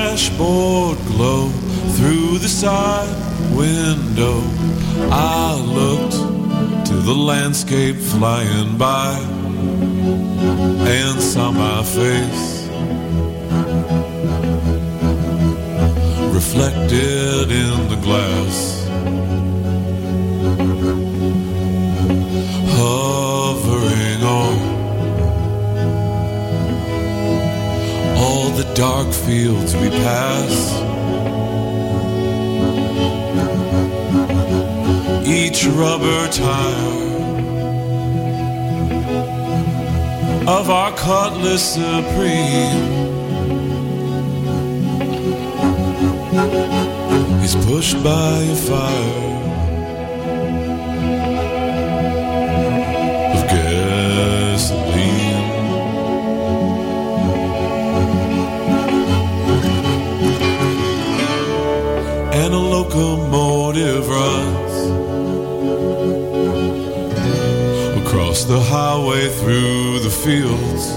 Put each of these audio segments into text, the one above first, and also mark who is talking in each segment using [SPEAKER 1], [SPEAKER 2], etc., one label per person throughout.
[SPEAKER 1] dashboard glow through the side window. I looked to the landscape flying by and saw my face reflected in the glass. Hovering on all the dark fields we pass. Each rubber tire of our cutlass supreme is pushed by a fire of gasoline. and a locomotive runs across the highway through the fields.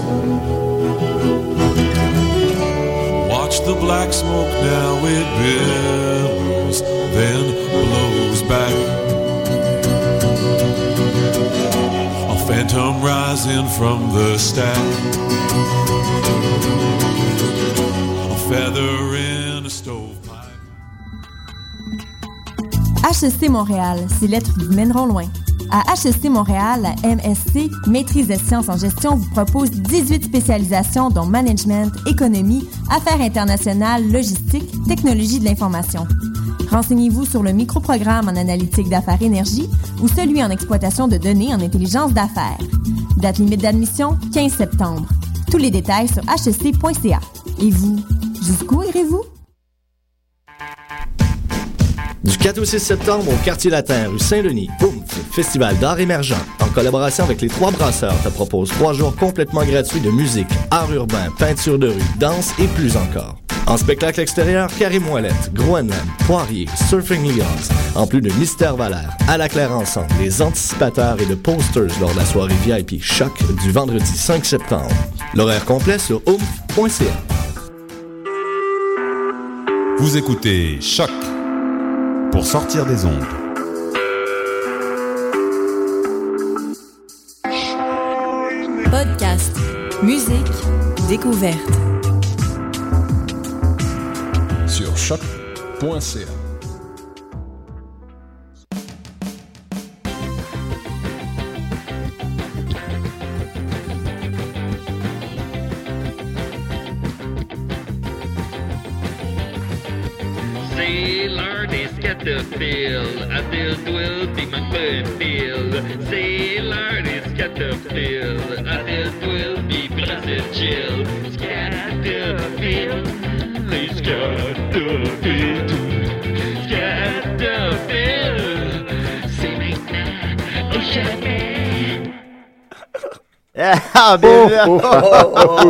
[SPEAKER 1] Watch the black smoke now, it billows, then blows back. A phantom rising from the stack. A feather in a stovepipe.
[SPEAKER 2] HST Montréal, ces lettres vous mèneront loin. À HST Montréal, la MSC, Maîtrise des sciences en gestion, vous propose 18 spécialisations dont management, économie, affaires internationales, logistique, technologie de l'information. Renseignez-vous sur le microprogramme en analytique d'affaires énergie ou celui en exploitation de données en intelligence d'affaires. Date limite d'admission 15 septembre. Tous les détails sur hsc.ca. Et vous, jusqu'où irez-vous?
[SPEAKER 3] Du 4 au 6 septembre au Quartier Latin, rue Saint-Denis, Boom, Festival d'art émergent, en collaboration avec les Trois Brasseurs, te propose trois jours complètement gratuits de musique, art urbain, peinture de rue, danse et plus encore. En spectacle extérieur, Carré Moellette, Groenland, Poirier, Surfing Lions, en plus de Mystère Valère, À la Claire Ensemble, Les Anticipateurs et de Posters lors de la soirée VIP Choc du vendredi 5 septembre. L'horaire complet sur oomph.ca.
[SPEAKER 4] Vous écoutez Choc pour sortir des ondes.
[SPEAKER 5] Podcast, musique, découverte.
[SPEAKER 6] sur choc.ca.
[SPEAKER 7] C'est l'heure des scatophiles. Adult will be my puppil. C'est l'heure des scatophiles. Adult will be Brazil chill. Scatophiles. Les scatophiles. Scatophiles. C'est maintenant ou jamais.
[SPEAKER 8] Ah, bien vu. oh,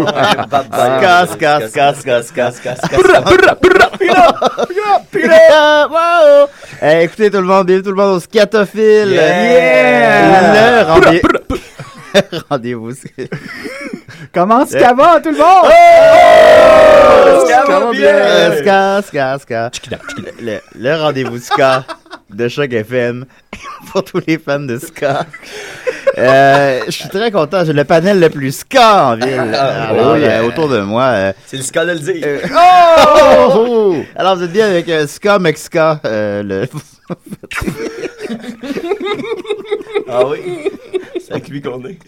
[SPEAKER 8] Casse, oh, casse, casse, casse, casse, casse, Wow! Eh, écoutez tout le monde, bienvenue tout le monde au Scatophile.
[SPEAKER 9] Yeah!
[SPEAKER 8] Le rendez- rendez-vous. c'est-
[SPEAKER 9] Comment ce qu'elle va, tout le monde?
[SPEAKER 8] Comment bien? Ska, ska, ska. Le, le rendez-vous ska de Choc FM pour tous les fans de ska. Euh, je suis très content, j'ai le panel le plus ska en ville. Alors, euh, autour de moi. euh,
[SPEAKER 10] C'est le cas de le dire.
[SPEAKER 9] Euh,
[SPEAKER 8] Oh! Alors, vous êtes bien avec euh, Ska Mexica, euh, le...
[SPEAKER 10] Ah oui? C'est avec lui qu'on est.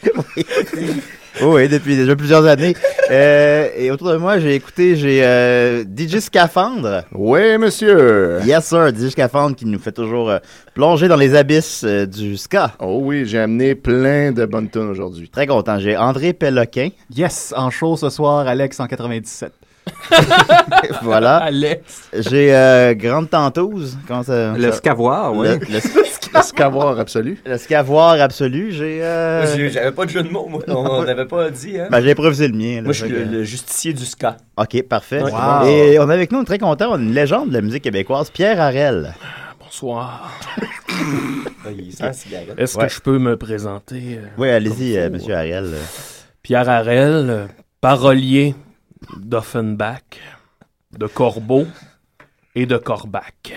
[SPEAKER 8] Oh oui, depuis déjà plusieurs années. Euh, et autour de moi, j'ai écouté, j'ai euh, DJ Scaphandre.
[SPEAKER 9] Oui, monsieur.
[SPEAKER 8] Yes, sir, DJ Scaphandre qui nous fait toujours euh, plonger dans les abysses euh, du ska.
[SPEAKER 9] Oh oui, j'ai amené plein de bonnes tunes aujourd'hui.
[SPEAKER 8] Très content. J'ai André Péloquin.
[SPEAKER 11] Yes, en show ce soir, Alex en 97.
[SPEAKER 8] voilà.
[SPEAKER 10] Alex.
[SPEAKER 8] J'ai euh, Grande Tantouse. Comment ça...
[SPEAKER 12] Le
[SPEAKER 8] ça-
[SPEAKER 12] scavoir, oui.
[SPEAKER 8] le, le,
[SPEAKER 9] Est-ce qu'avoir absolu?
[SPEAKER 8] le scavoir absolu. J'ai... euh,
[SPEAKER 10] J'ai- J'avais pas de jeu de mots, moi. On n'avait pas dit, hein?
[SPEAKER 8] ben, j'ai improvisé le mien. là,
[SPEAKER 10] moi, je suis
[SPEAKER 8] fait que-
[SPEAKER 10] le, le justicier du ska.
[SPEAKER 8] OK, parfait.
[SPEAKER 11] Wow.
[SPEAKER 8] Et on a avec nous, on est très content, on a une légende de la musique québécoise, Pierre Harel.
[SPEAKER 13] Bonsoir.
[SPEAKER 10] Ah, Il sent si bien.
[SPEAKER 13] Est-ce
[SPEAKER 8] Ouais.
[SPEAKER 13] que je peux me présenter? euh,
[SPEAKER 8] Oui, allez-y,
[SPEAKER 13] comme
[SPEAKER 8] euh,
[SPEAKER 13] faut?
[SPEAKER 8] Monsieur Harel.
[SPEAKER 13] Pierre Harel, euh, parolier d'Offenbach. de Corbeau et de Corbac.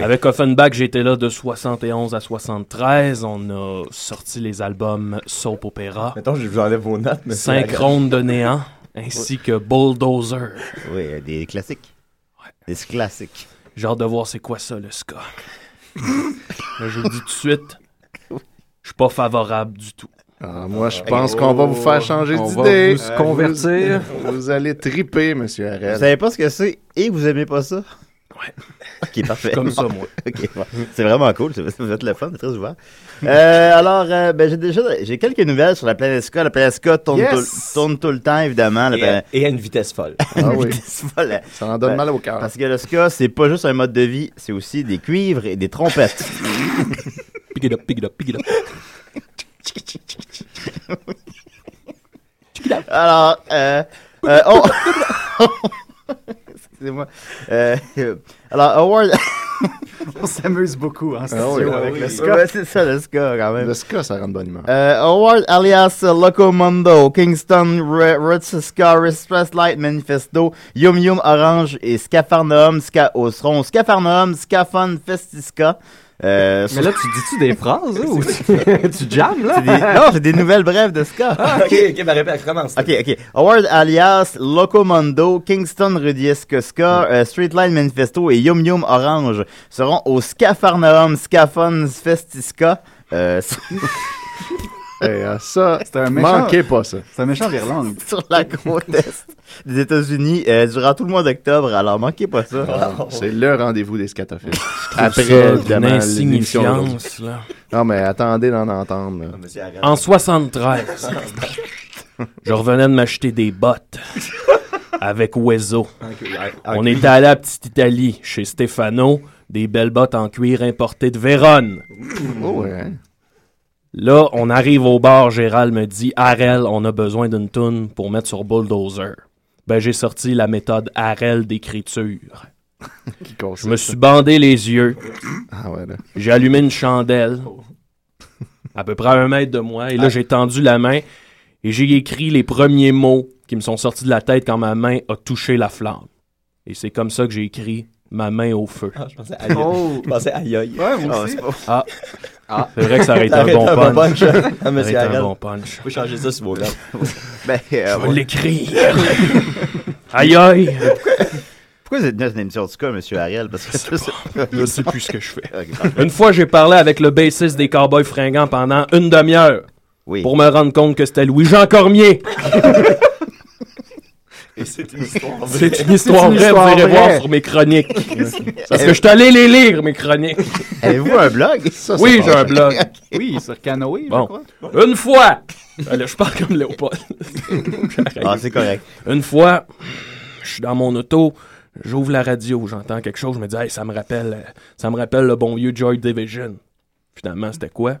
[SPEAKER 13] Avec Offenbach, j'étais là de 71 à 73. On a sorti les albums Soap Opera.
[SPEAKER 10] Mettons, je vous enlève vos notes, mais c'est la
[SPEAKER 13] Synchrone de
[SPEAKER 10] grande.
[SPEAKER 13] néant, ainsi que Bulldozer.
[SPEAKER 8] Oui, euh, des classiques. Des classiques.
[SPEAKER 13] J'ai hâte de voir c'est quoi ça, le ska. Mais je vous le dis tout de suite, je suis pas favorable du tout.
[SPEAKER 9] Ah, Moi,
[SPEAKER 10] Ah,
[SPEAKER 9] je pense
[SPEAKER 10] oh.
[SPEAKER 9] qu'on va vous faire changer d'idée. Euh, Ah, Vous, vous allez triper, monsieur Harel.
[SPEAKER 8] Vous savez pas ce que c'est et vous aimez pas ça? Ouais. Ok, parfait.
[SPEAKER 9] comme ça, moi.
[SPEAKER 8] Ok, bon. C'est vraiment cool. c'est- Vous êtes le fun, c'est très ouvert. Euh, alors, euh, ben, j'ai déjà j'ai quelques nouvelles sur la planète Ska. La planète Ska tourne,
[SPEAKER 9] Yes!
[SPEAKER 8] tout, le- tourne tout le temps, évidemment.
[SPEAKER 10] Et à-
[SPEAKER 8] à une vitesse folle.
[SPEAKER 9] Ah oui.
[SPEAKER 8] Ça
[SPEAKER 9] en donne mal au cœur.
[SPEAKER 8] Parce que le Ska, c'est pas juste un mode de vie, c'est aussi des cuivres et des trompettes. pick it up, pick it up, pick it up. Alors, euh, euh, oh, excusez-moi. Euh, euh, alors, Howard. Ah
[SPEAKER 11] On s'amuse beaucoup en studio avec le ska.
[SPEAKER 8] Ouais, c'est ça, le ska, quand même.
[SPEAKER 9] Le ska, ça rend de bonne humeur.
[SPEAKER 8] Euh, Howard alias euh, Locomondo, Kingston, Re- Roots, Ska, Stress Light Manifesto, Yum Yum Orange et Scafarnaum, Ska au son, Scafarnaum, Scafun Festiska. Euh,
[SPEAKER 10] Mais là, tu dis-tu des phrases, là, ou tu, tu jammes, là?
[SPEAKER 8] C'est des- Non, c'est des nouvelles brèves de Ska.
[SPEAKER 10] Ah, ok, ok, bah, répète, recommence.
[SPEAKER 8] OK, OK. Howard alias Locomondo, Kingston Rudiesque Ska, euh, Streetline Manifesto et Yum Yum Orange seront au Scafarnaum Scafon Festiska. Euh, sur- Eh,
[SPEAKER 9] ça,
[SPEAKER 8] ah, un
[SPEAKER 9] méchant- manquez pas ça.
[SPEAKER 8] C'est un méchant virlangue. sur la côte est des États-Unis euh, durant tout le mois d'octobre, alors manquez pas ça.
[SPEAKER 9] C'est le rendez-vous des scatophiles. Après,
[SPEAKER 13] ça d'une
[SPEAKER 9] évidemment, l'émission
[SPEAKER 13] insignifiance,
[SPEAKER 9] d'aujourd'hui.
[SPEAKER 13] là.
[SPEAKER 9] Non, mais attendez d'en entendre.
[SPEAKER 8] Ah,
[SPEAKER 9] là.
[SPEAKER 13] En 73, je revenais de m'acheter des bottes avec Oiseau.
[SPEAKER 10] en
[SPEAKER 13] On
[SPEAKER 10] cuir.
[SPEAKER 13] était allé à Petite Italie chez Stefano, des belles bottes en cuir importées de Vérone.
[SPEAKER 9] Oh, ouais.
[SPEAKER 13] Là, on arrive au bar, Gérald me dit Harel, on a besoin d'une toune pour mettre sur Bulldozer. Ben, j'ai sorti la méthode Harel d'écriture. Je me suis bandé les yeux.
[SPEAKER 9] Ah,
[SPEAKER 13] J'ai allumé une chandelle à peu près à un mètre de moi.
[SPEAKER 10] Ah.
[SPEAKER 13] Et là, j'ai tendu la main et j'ai écrit les premiers mots qui me sont sortis de la tête quand ma main a touché la flamme. Et c'est comme ça que j'ai écrit ma main au feu.
[SPEAKER 10] Ah, je pensais aïe. Je pensais aïe aïe.
[SPEAKER 9] Oh. Ouais, moi aussi.
[SPEAKER 13] Ah. C'est vrai que ça aurait été un bon punch. Ça
[SPEAKER 10] Ah,
[SPEAKER 13] aurait été
[SPEAKER 10] monsieur
[SPEAKER 13] un
[SPEAKER 10] Harel.
[SPEAKER 13] bon punch.
[SPEAKER 10] Faut changer ça sur vos notes.
[SPEAKER 8] Ben, euh,
[SPEAKER 13] Je vais
[SPEAKER 8] ouais.
[SPEAKER 13] l'écrire. Aïe, aïe.
[SPEAKER 8] Pourquoi, pourquoi vous êtes venu à une émission du cas, monsieur Ariel? Parce que je sais,
[SPEAKER 13] plus ce que je fais. Une fois, j'ai parlé avec le bassiste des Cowboys fringants pendant une demi-heure. Pour me rendre compte que c'était Louis-Jean Cormier.
[SPEAKER 10] C'est une histoire vraie.
[SPEAKER 13] C'est une histoire vraie, vous irez voir sur mes chroniques. Parce que je suis allé les lire, mes chroniques.
[SPEAKER 8] Avez-vous un blog?
[SPEAKER 11] Ça, c'est
[SPEAKER 13] oui,
[SPEAKER 11] pas
[SPEAKER 13] j'ai un
[SPEAKER 11] vrai.
[SPEAKER 13] blog.
[SPEAKER 11] Oui, sur Canoë, je
[SPEAKER 13] Bon.
[SPEAKER 11] crois.
[SPEAKER 13] Une fois! Ah, là, je parle comme Léopold. J'arrête.
[SPEAKER 8] Ah, c'est correct.
[SPEAKER 13] Une fois, je suis dans mon auto, j'ouvre la radio, j'entends quelque chose, je me dis, hey, ça me rappelle, euh, ça me rappelle le bon vieux Joy Division. Finalement, c'était quoi?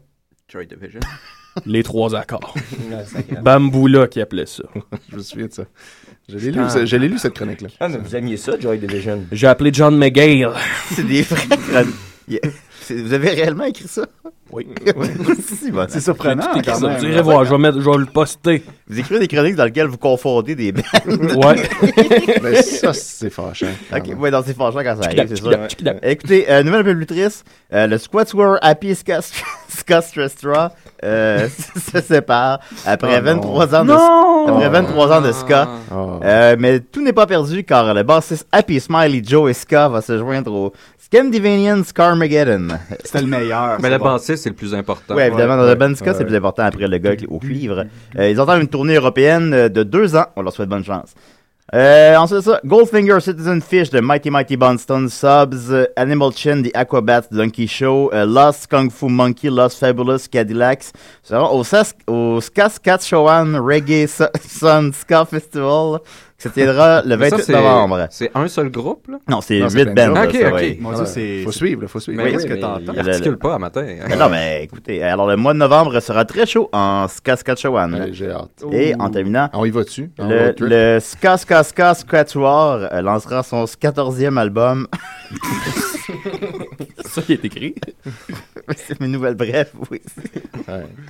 [SPEAKER 10] Joy Division.
[SPEAKER 8] Ah,
[SPEAKER 13] Les trois accords.
[SPEAKER 10] Ouais, c'est agréable.
[SPEAKER 13] Bamboula qui appelait ça.
[SPEAKER 9] Je me souviens de ça. Je l'ai lu, ce- je l'ai lu, cette chronique-là.
[SPEAKER 10] Ah, mais vous aimiez ça, Joy Division?
[SPEAKER 13] J'ai appelé John McGale.
[SPEAKER 8] C'est des vrais chroniques. Yeah. C'est- Vous avez réellement écrit ça?
[SPEAKER 13] Oui.
[SPEAKER 8] si, bon.
[SPEAKER 11] C'est surprenant,
[SPEAKER 13] J'ai tout écrit
[SPEAKER 11] quand
[SPEAKER 13] ça.
[SPEAKER 11] même.
[SPEAKER 13] Vous irez voir, je vais, mettre- je vais le poster.
[SPEAKER 8] Vous écrivez des chroniques dans lesquelles vous confondez des bandes.
[SPEAKER 13] Ouais.
[SPEAKER 9] Mais ça, c'est fâchant. Ah, quand
[SPEAKER 8] Ok,
[SPEAKER 9] même.
[SPEAKER 8] ouais, dans c'est fâchant quand ça arrive, c'est
[SPEAKER 9] Tchikidap,
[SPEAKER 8] sûr.
[SPEAKER 9] tchikidap,
[SPEAKER 8] Ouais. Écoutez, euh, nouvelle un peu plus triste. euh, le Squat Square Happy Ska- Ska Strastra euh, se sépare après
[SPEAKER 9] Oh non.
[SPEAKER 8] 23 ans de
[SPEAKER 9] Non!
[SPEAKER 8] après 23 ans de ska.
[SPEAKER 9] Oh.
[SPEAKER 8] Euh, mais tout n'est pas perdu car le bassiste Happy Smiley Joe Ska va se joindre au Scandinavian Scarmageddon.
[SPEAKER 11] C'était le meilleur.
[SPEAKER 12] Mais
[SPEAKER 8] c'est
[SPEAKER 12] la
[SPEAKER 8] bon.
[SPEAKER 12] bassiste, c'est le plus important.
[SPEAKER 8] Oui, évidemment, dans le band ska, c'est
[SPEAKER 12] Ouais.
[SPEAKER 8] plus important après le gars avec- au cuivre. Euh, ils entament une tournée européenne euh, de deux ans. On leur souhaite bonne chance. Euh, ensuite de ça, Goldfinger, Citizen Fish, The Mighty Mighty Bonstone, Subs, euh, Animal Chin, The Aquabats, The Donkey Show, euh, Lost Kung Fu Monkey, Lost Fabulous, Cadillacs seront au, Sask au Saskatchewan Reggae Su- Sun Ska Festival qui se tiendra le
[SPEAKER 12] Mais ça,
[SPEAKER 8] 28
[SPEAKER 12] c'est-
[SPEAKER 8] novembre.
[SPEAKER 12] C'est un seul groupe, là?
[SPEAKER 8] Non, c'est huit bands. là,
[SPEAKER 12] Ok,
[SPEAKER 8] ça,
[SPEAKER 12] ok.
[SPEAKER 8] ouais.
[SPEAKER 12] Mon Dieu, c'est-
[SPEAKER 9] Faut suivre, là, faut suivre.
[SPEAKER 12] Mais qu'est-ce que t'entends? Articule pas à matin.
[SPEAKER 9] hein.
[SPEAKER 8] Mais non, mais écoutez, alors le mois de novembre sera très chaud en Saskatchewan.
[SPEAKER 9] j'ai hâte.
[SPEAKER 8] Et
[SPEAKER 9] Ouh.
[SPEAKER 8] en terminant,
[SPEAKER 9] On y va dessus.
[SPEAKER 8] le, le Ska Ska Ska Squatoir, euh, lancera son 14e album
[SPEAKER 14] C'est ça qui est écrit.
[SPEAKER 8] Mais c'est mes nouvelles brèves, oui.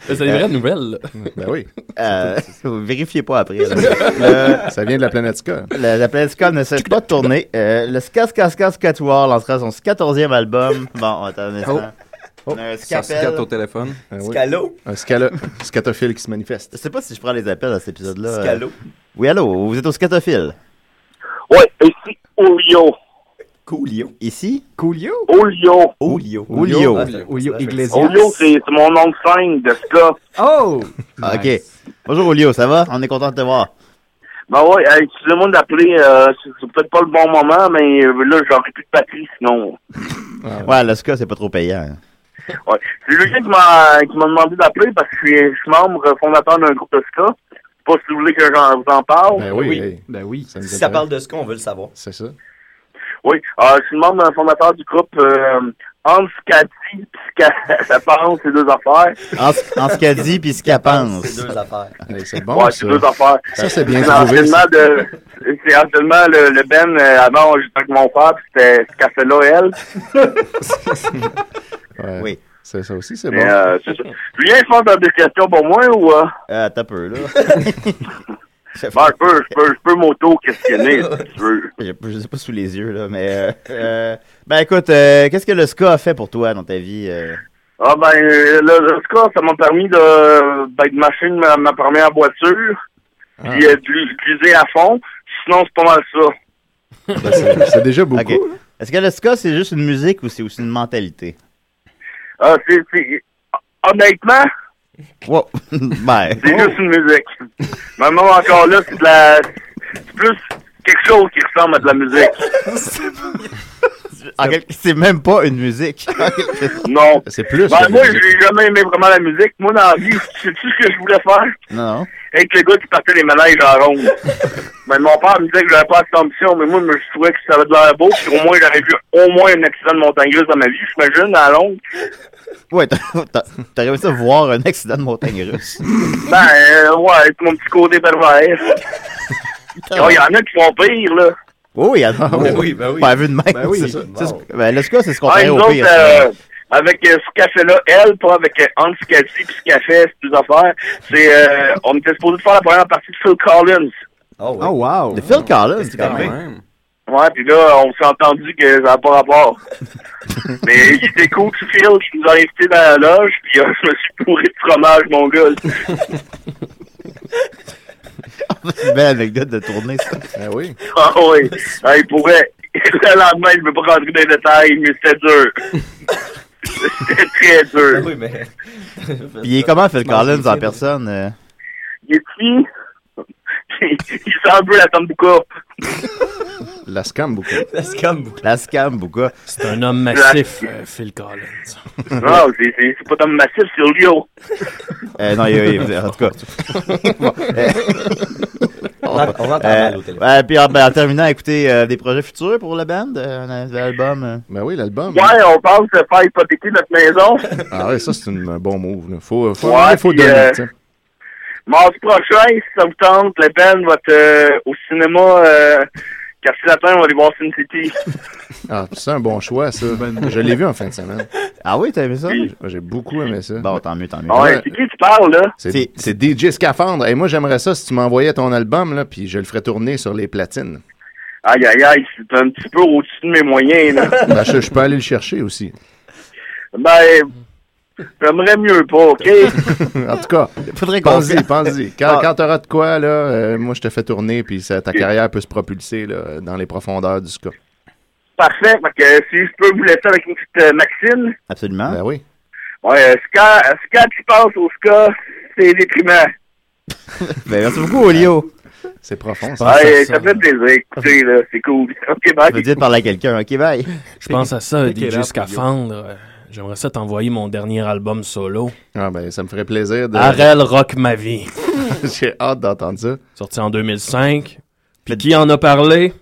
[SPEAKER 14] C'est des vraies nouvelles.
[SPEAKER 9] Ben oui.
[SPEAKER 8] Euh, vous vérifiez pas après. là.
[SPEAKER 9] Ça vient de la planète Ska.
[SPEAKER 8] La, la planète Ska ne cesse pas de tourner. Euh, le Ska Ska Ska Scatuor lancera son 14e album. Bon, attends un
[SPEAKER 9] Oh.
[SPEAKER 8] instant. On a Oh. un
[SPEAKER 12] Ça se
[SPEAKER 8] scapel.
[SPEAKER 12] gâte au téléphone.
[SPEAKER 8] Ah oui. Scalo.
[SPEAKER 9] Un scala- scatophile qui se manifeste.
[SPEAKER 8] Je sais pas si je prends les appels à cet épisode-là. euh.
[SPEAKER 9] Scalo.
[SPEAKER 8] Oui, allô, vous êtes au scatophile?
[SPEAKER 15] Ouais, ici, au Lyon.
[SPEAKER 8] Coolio. Ici? Coolio?
[SPEAKER 15] Au Lyon.
[SPEAKER 8] Oulio.
[SPEAKER 15] Oulio.
[SPEAKER 8] Oulio.
[SPEAKER 11] Oulio Iglesias.
[SPEAKER 15] Au Lyon, c'est c'est mon nom de scène de ska.
[SPEAKER 8] Oh! OK. Bonjour, Oulio, ça va? On est content de te voir.
[SPEAKER 15] Ben ouais, hey, excusez-moi d'appeler, euh, c'est- c'est peut-être pas le bon moment, mais euh, là, j'aurais plus de batterie sinon.
[SPEAKER 9] Ah,
[SPEAKER 8] Ouais, le ska, c'est pas trop payant.
[SPEAKER 15] Ouais. C'est Lucien qui m'a qui m'a demandé d'appeler parce que je suis, je suis membre fondateur d'un groupe de ska. Je sais pas si vous voulez que j'en vous en parle.
[SPEAKER 11] Ben oui.
[SPEAKER 15] nous
[SPEAKER 16] si ça
[SPEAKER 15] intéresse.
[SPEAKER 16] parle de ce qu'on veut le savoir.
[SPEAKER 9] C'est ça.
[SPEAKER 15] Oui, euh, je suis le membre fondateur du groupe euh, Hans Cathy, ça parle, c'est deux affaires.
[SPEAKER 8] En, ce- en ce qu'elle dit, puis ce qu'elle
[SPEAKER 9] Ah,
[SPEAKER 8] pense.
[SPEAKER 16] C'est deux affaires.
[SPEAKER 9] c'est bon, ça.
[SPEAKER 15] ouais, c'est deux affaires.
[SPEAKER 9] Ça, c'est bien
[SPEAKER 15] C'est
[SPEAKER 9] trouvé,
[SPEAKER 15] anciennement de- C'est anciennement le, le Ben, euh, avant, j'étais avec mon père, puis c'était ce qu'elle fait là, elle.
[SPEAKER 8] Oui.
[SPEAKER 9] C'est ça aussi, c'est
[SPEAKER 15] Mais,
[SPEAKER 9] bon.
[SPEAKER 15] euh, c'est ça. Julien, je pense que t'as des questions pour moi ou. Euh...
[SPEAKER 8] Euh, t'as peu, là.
[SPEAKER 15] Ben, je peux, je peux, je peux m'auto-questionner si tu veux.
[SPEAKER 8] Je, je sais pas sous les yeux, là, mais. euh, euh, ben écoute, euh, qu'est-ce que le ska a fait pour toi dans ta vie? euh?
[SPEAKER 15] Ah, ben, euh, le, le Ska, ça m'a permis de, ben, de m'acheter ma, ma première voiture,
[SPEAKER 9] Ah.
[SPEAKER 15] puis euh, de l'utiliser à fond. Sinon, c'est pas mal ça.
[SPEAKER 9] C'est déjà beaucoup.
[SPEAKER 8] Est-ce que le ska, c'est juste une musique ou c'est aussi une mentalité?
[SPEAKER 15] Ah, c'est- c'est- Honnêtement,
[SPEAKER 8] Wow. ben.
[SPEAKER 15] c'est juste une musique. Maman, encore là, c'est de la. C'est plus quelque chose qui ressemble à de la musique.
[SPEAKER 8] En quelque- C'est même pas une musique.
[SPEAKER 15] non.
[SPEAKER 9] C'est plus.
[SPEAKER 15] Ben,
[SPEAKER 8] que
[SPEAKER 15] moi,
[SPEAKER 8] une musique.
[SPEAKER 15] j'ai jamais aimé vraiment la musique. Moi, dans la vie, sais-tu ce que je voulais faire?
[SPEAKER 8] Non.
[SPEAKER 15] Avec le gars qui partait les manèges en ronde. ben, mon père me disait que j'avais pas de ambition, mais moi, je me trouvais que ça avait de l'air beau, puis au moins, j'aurais vu au moins un accident de montagne russe dans ma vie, j'imagine, à la longue.
[SPEAKER 8] Ouais, t'as- t'as- t'aurais aimé ça voir un accident de montagne russe.
[SPEAKER 15] Ben, euh, ouais, c'est mon petit côté pervers. Oh, Il y en a qui sont pires, là.
[SPEAKER 8] Oui, oui, attends.
[SPEAKER 15] Ben oui, ben oui.
[SPEAKER 8] Pas vu de même.
[SPEAKER 15] Ben oui,
[SPEAKER 8] c'est
[SPEAKER 15] c'est
[SPEAKER 8] ça.
[SPEAKER 15] ça.
[SPEAKER 8] C'est- Ben, le ska, c'est ce qu'on
[SPEAKER 15] Ah,
[SPEAKER 8] fait
[SPEAKER 15] nous
[SPEAKER 8] au
[SPEAKER 15] autres,
[SPEAKER 8] pire.
[SPEAKER 15] euh, avec euh, ce café-là, elle, pas avec euh, Hans Cathy, puis ce café, c'est plus affaire. C'est, euh, on était supposé de faire la première partie de Phil Collins.
[SPEAKER 8] Oh,
[SPEAKER 11] wow.
[SPEAKER 8] De Phil Collins, c'est
[SPEAKER 15] quand
[SPEAKER 8] quand
[SPEAKER 15] même.
[SPEAKER 8] même.
[SPEAKER 15] Ouais, puis là, on s'est entendu que ça n'a pas rapport. Mais il était cool, ce Phil, qui nous a invités dans la loge, puis euh, je me suis pourri de fromage, mon gars.
[SPEAKER 8] C'est une belle anecdote de tournée, ça.
[SPEAKER 9] Ben oui.
[SPEAKER 15] ah oui, ah, il pourrait. Le lendemain, je ne veux pas rentrer dans les détails, mais c'était dur. c'était très dur.
[SPEAKER 16] Ah Oui, mais.
[SPEAKER 8] Puis il est comment, Phil Collins, en personne? euh?
[SPEAKER 15] Il est petit. Il sent un peu la Tambuka.
[SPEAKER 9] La Scambuca.
[SPEAKER 8] La Scambuca. La Scambuca.
[SPEAKER 13] C'est un homme massif, euh, Phil Collins.
[SPEAKER 15] Non, c'est- c'est c'est pas Tom Massif, c'est Lio.
[SPEAKER 8] Euh, non, il, il- en tout cas. Bon, Eh, euh,
[SPEAKER 16] On rentre- on rentre en mal au téléphone.
[SPEAKER 8] ouais, puis en, ben, en terminant, écoutez, euh, des projets futurs pour le band, euh, un nouvel album.
[SPEAKER 9] Ben oui, l'album.
[SPEAKER 15] Ouais, on parle de faire hypothéquer notre maison.
[SPEAKER 9] Ah ouais, ça, c'est une- un bon move. là. Faut, faut,
[SPEAKER 15] Ouais,
[SPEAKER 9] faut
[SPEAKER 15] puis,
[SPEAKER 9] donner,
[SPEAKER 15] euh,
[SPEAKER 9] tu sais.
[SPEAKER 15] Mardi prochain, si ça vous tente, le band va être euh, au cinéma euh, Quartier Latin, on va aller voir Sin City.
[SPEAKER 9] Ah, c'est un bon choix, ça. Je l'ai vu en fin de semaine.
[SPEAKER 8] Ah oui, t'as aimé ça?
[SPEAKER 9] J'ai beaucoup aimé ça.
[SPEAKER 8] Bon, tant mieux, tant mieux.
[SPEAKER 15] Ah ouais, c'est qui tu parles, là?
[SPEAKER 9] C'est c'est DJ Scaphandre. Et moi, j'aimerais ça si tu m'envoyais ton album, là, puis je le ferais tourner sur les platines.
[SPEAKER 15] Aïe, aïe, aïe, c'est un petit peu au-dessus de mes moyens, là.
[SPEAKER 9] Ben, je, je peux aller le chercher aussi.
[SPEAKER 15] ben, j'aimerais mieux pas, OK?
[SPEAKER 9] en tout cas,
[SPEAKER 8] faudrait qu'on-
[SPEAKER 9] pense-y, pense-y. Quand,
[SPEAKER 8] Ah.
[SPEAKER 9] quand t'auras de quoi, là, euh, moi, je te fais tourner, puis ça- ta carrière peut se propulser là, dans les profondeurs du ska.
[SPEAKER 15] Parfait, parce que si je peux vous laisser avec une petite euh, Maxine.
[SPEAKER 8] Absolument.
[SPEAKER 9] Ben oui.
[SPEAKER 15] Ouais, euh, Ska, Ska qui passe au Ska, c'est déprimant.
[SPEAKER 8] Ben, merci beaucoup, Olio.
[SPEAKER 9] C'est profond,
[SPEAKER 15] Ouais, ça fait plaisir, écoutez, là, c'est cool. OK, bye.
[SPEAKER 8] Je veux dire parler à quelqu'un, ok, bye.
[SPEAKER 13] Je pense à ça,
[SPEAKER 8] Pick it
[SPEAKER 13] DJ
[SPEAKER 8] up,
[SPEAKER 13] Scaphandre. euh, J'aimerais ça t'envoyer mon dernier album solo.
[SPEAKER 9] Ah ben, ça me ferait plaisir de...
[SPEAKER 13] Arel Rock Ma Vie.
[SPEAKER 9] J'ai hâte d'entendre ça.
[SPEAKER 13] Sorti en 2005. Puis qui en a parlé?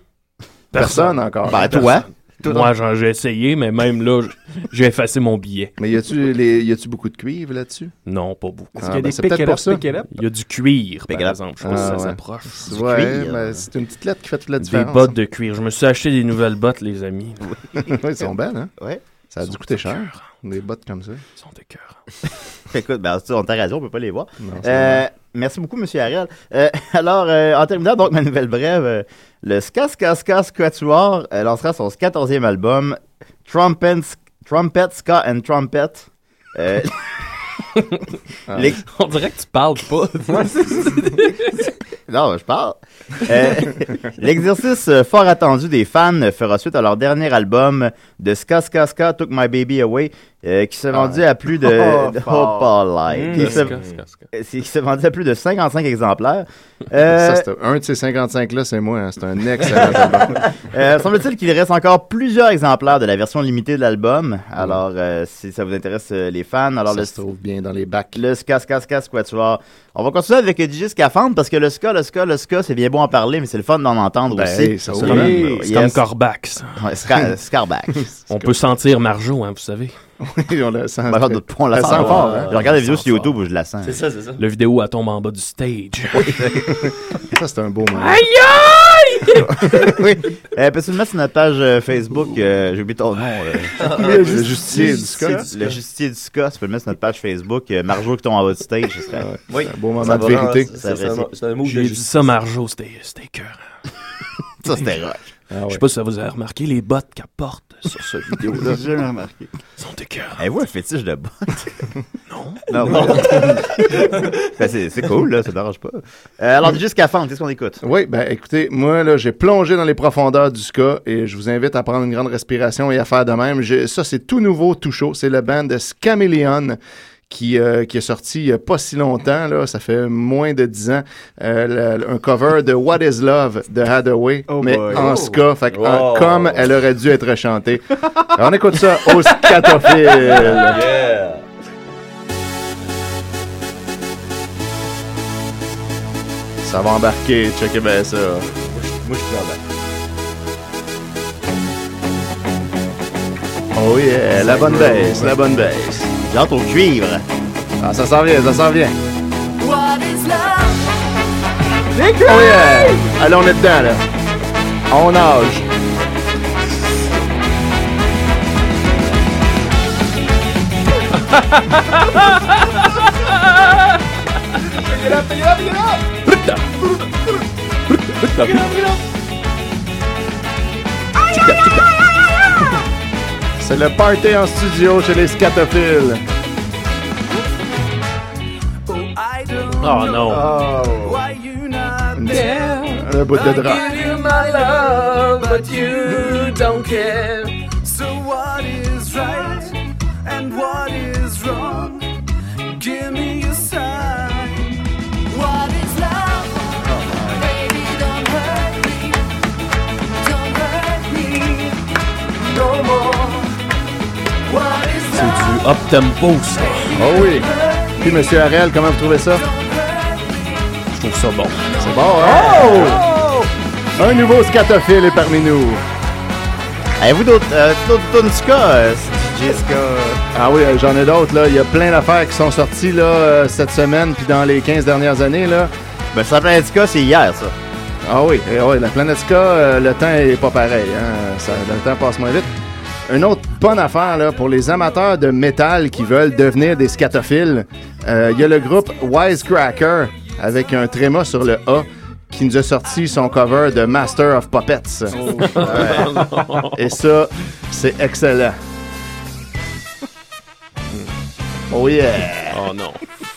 [SPEAKER 9] Personne encore. Ben,
[SPEAKER 13] Personne.
[SPEAKER 9] toi. Toi,
[SPEAKER 13] Moi,
[SPEAKER 9] non.
[SPEAKER 13] j'en- j'ai essayé, mais même là, j- j'ai effacé mon billet.
[SPEAKER 9] Mais y a-tu les... y a-tu beaucoup de cuivre là-dessus?
[SPEAKER 13] Non, pas beaucoup.
[SPEAKER 9] Ah, ben, c'est peut-être pour ça.
[SPEAKER 13] Il y a du cuir, par
[SPEAKER 9] Pick it up.
[SPEAKER 13] exemple. Je pense
[SPEAKER 9] Ah,
[SPEAKER 13] que ça
[SPEAKER 9] ouais.
[SPEAKER 13] s'approche.
[SPEAKER 9] Du Ouais, cuir. ben, c'est une petite lettre qui fait toute la
[SPEAKER 13] Des
[SPEAKER 9] différence. hein.
[SPEAKER 13] bottes de cuir. Je me suis acheté des nouvelles bottes, les amis.
[SPEAKER 9] Ils sont belles, hein?
[SPEAKER 8] Ouais.
[SPEAKER 9] Ça a dû coûter cher, des bottes comme ça.
[SPEAKER 13] sont écœurs.
[SPEAKER 8] Écoute, ben, on est à la radio, on peut pas les voir.
[SPEAKER 9] c'est
[SPEAKER 8] Euh,
[SPEAKER 9] vrai.
[SPEAKER 8] merci beaucoup, Monsieur Ariel. Euh, alors, euh, en terminant donc ma nouvelle brève, euh, le Ska Ska Ska Quatuor euh, lancera son 14e album, Trumpet, Trumpet Ska and Trumpet. Euh,
[SPEAKER 9] Ah.
[SPEAKER 8] les-
[SPEAKER 14] On dirait que tu parles pas.
[SPEAKER 8] non, je parle. Euh, L'exercice euh, fort attendu des fans euh, fera suite à leur dernier album de Ska Ska Ska Took My Baby Away euh, qui s'est vendu à plus de...
[SPEAKER 9] Ah. Oh,
[SPEAKER 8] de-
[SPEAKER 9] fort.
[SPEAKER 8] oh, palais.
[SPEAKER 9] Mm.
[SPEAKER 8] Qui s'est-
[SPEAKER 9] Ska Ska
[SPEAKER 8] euh, c'est- qui s'est vendu à plus de 55 exemplaires.
[SPEAKER 9] Ça,
[SPEAKER 8] Euh,
[SPEAKER 9] c'était- un de ces 55-là, c'est moi. hein. C'est un excellent album.
[SPEAKER 8] Euh, Semble-t-il qu'il reste encore plusieurs exemplaires de la version limitée de l'album. Alors, euh, si ça vous intéresse, euh, les fans, alors
[SPEAKER 9] Ça
[SPEAKER 8] le,
[SPEAKER 9] se trouve bien dans les bacs.
[SPEAKER 8] Le ska, ska, ska, squatuor. On va continuer avec euh, DJ Scafandre parce que le ska, le ska, le ska, c'est bien bon à parler, mais c'est le fun d'en entendre
[SPEAKER 13] Ben,
[SPEAKER 8] aussi.
[SPEAKER 13] hey, ça, c'est
[SPEAKER 8] Oui,
[SPEAKER 13] comme- c'est
[SPEAKER 8] yes.
[SPEAKER 13] comme Corbac, ça.
[SPEAKER 8] Ouais, ska, euh, Scarback.
[SPEAKER 13] On peut sentir Marjo, hein, vous savez.
[SPEAKER 9] Oui, on la sent.
[SPEAKER 8] Ben, j'en doute pas, on la sent fort, hein. Je regarde la vidéo sur YouTube où je la sens. C'est ça, c'est ça.
[SPEAKER 13] La vidéo, elle tombe en bas du stage.
[SPEAKER 9] ça, c'est un beau moment.
[SPEAKER 8] oui. Euh, Peux-tu le mettre sur notre page euh, Facebook? euh, J'ai oublié ton nom. euh.
[SPEAKER 9] Le Le justicier du ska.
[SPEAKER 8] Le justicier du ska. Tu peux le mettre sur notre page Facebook. euh, Marjo qui tombe en bas du stage. ce serait-
[SPEAKER 16] Oui.
[SPEAKER 9] un beau moment
[SPEAKER 8] Ça
[SPEAKER 9] de
[SPEAKER 8] va,
[SPEAKER 9] vérité.
[SPEAKER 13] Ah,
[SPEAKER 8] ça
[SPEAKER 9] C'est
[SPEAKER 8] apprécie.
[SPEAKER 16] un- c'est un move
[SPEAKER 13] J'ai dit ça, Marjo, c'était c'était écœurant.
[SPEAKER 8] Ça, c'était rock.
[SPEAKER 9] Ah
[SPEAKER 13] Je sais pas si vous avez remarqué les bottes qu'elle porte sur cette vidéo-là.
[SPEAKER 8] J'ai jamais remarqué.
[SPEAKER 13] Ils sont écœurants.
[SPEAKER 8] Avez-vous un fétiche de bottes?
[SPEAKER 13] Non.
[SPEAKER 8] Non.
[SPEAKER 13] Non.
[SPEAKER 8] Ben, c'est c'est cool, là, ça dérange pas. Euh, alors, DJ Scafandre, qu'est-ce qu'on écoute?
[SPEAKER 9] Oui, ben écoutez, moi là, j'ai plongé dans les profondeurs du ska et je vous invite à prendre une grande respiration et à faire de même. J'ai- ça, c'est tout nouveau, tout chaud. C'est le band Scaméléon qui, euh, qui est sorti il y a pas si longtemps, là, ça fait moins de 10 ans, euh, le- le- un cover de What is Love de Hathaway, mais
[SPEAKER 11] boy.
[SPEAKER 9] en
[SPEAKER 11] Oh.
[SPEAKER 9] ska, fait que, en-
[SPEAKER 11] Wow.
[SPEAKER 9] comme elle aurait dû être chantée. Alors, on écoute ça au scatophile.
[SPEAKER 16] Yeah.
[SPEAKER 9] Ça va embarquer, checkez bien ça.
[SPEAKER 16] Moi, je suis là-bas.
[SPEAKER 9] Oh yeah, la bonne baisse, la bonne baisse.
[SPEAKER 8] J'entre au cuivre.
[SPEAKER 9] Ah, ça s'en vient, ça s'en vient.
[SPEAKER 7] What is love?
[SPEAKER 9] Oh yeah! Allez, on est dedans, là. On nage. C'est le party en studio chez les scatophiles.
[SPEAKER 13] Oh non.
[SPEAKER 9] Le Ah. bout de drap.
[SPEAKER 7] So what is right and what is wrong? Give me a sign. What is love? Baby, don't hurt me. Don't hurt me no more. What is
[SPEAKER 13] C'est du up-tempo, ça.
[SPEAKER 9] Oh oui. Puis, monsieur Harel, comment vous trouvez ça?
[SPEAKER 13] Je trouve ça bon.
[SPEAKER 9] C'est bon, hein? Oh! Un nouveau scatophile est parmi nous.
[SPEAKER 8] Avez-vous d'autres euh, d'autres tunes ska, euh, DJ ska?
[SPEAKER 9] Ah oui, euh, j'en ai d'autres, là. Il y a plein d'affaires qui sont sorties, là, euh, cette semaine, puis dans les 15 dernières années, là.
[SPEAKER 8] Ben, ça, Planète Ska, c'est hier, ça.
[SPEAKER 9] Ah oui, eh oui, la planète Ska, euh, le temps est pas pareil. hein. Ça- le temps passe moins vite. Une autre bonne affaire là, pour les amateurs de métal qui veulent devenir des scatophiles, euh, il y a le groupe Wisecracker avec un tréma sur le A qui nous a sorti son cover de Master of Puppets. Ouais. Et ça, c'est excellent. Oh yeah!
[SPEAKER 13] Oh non.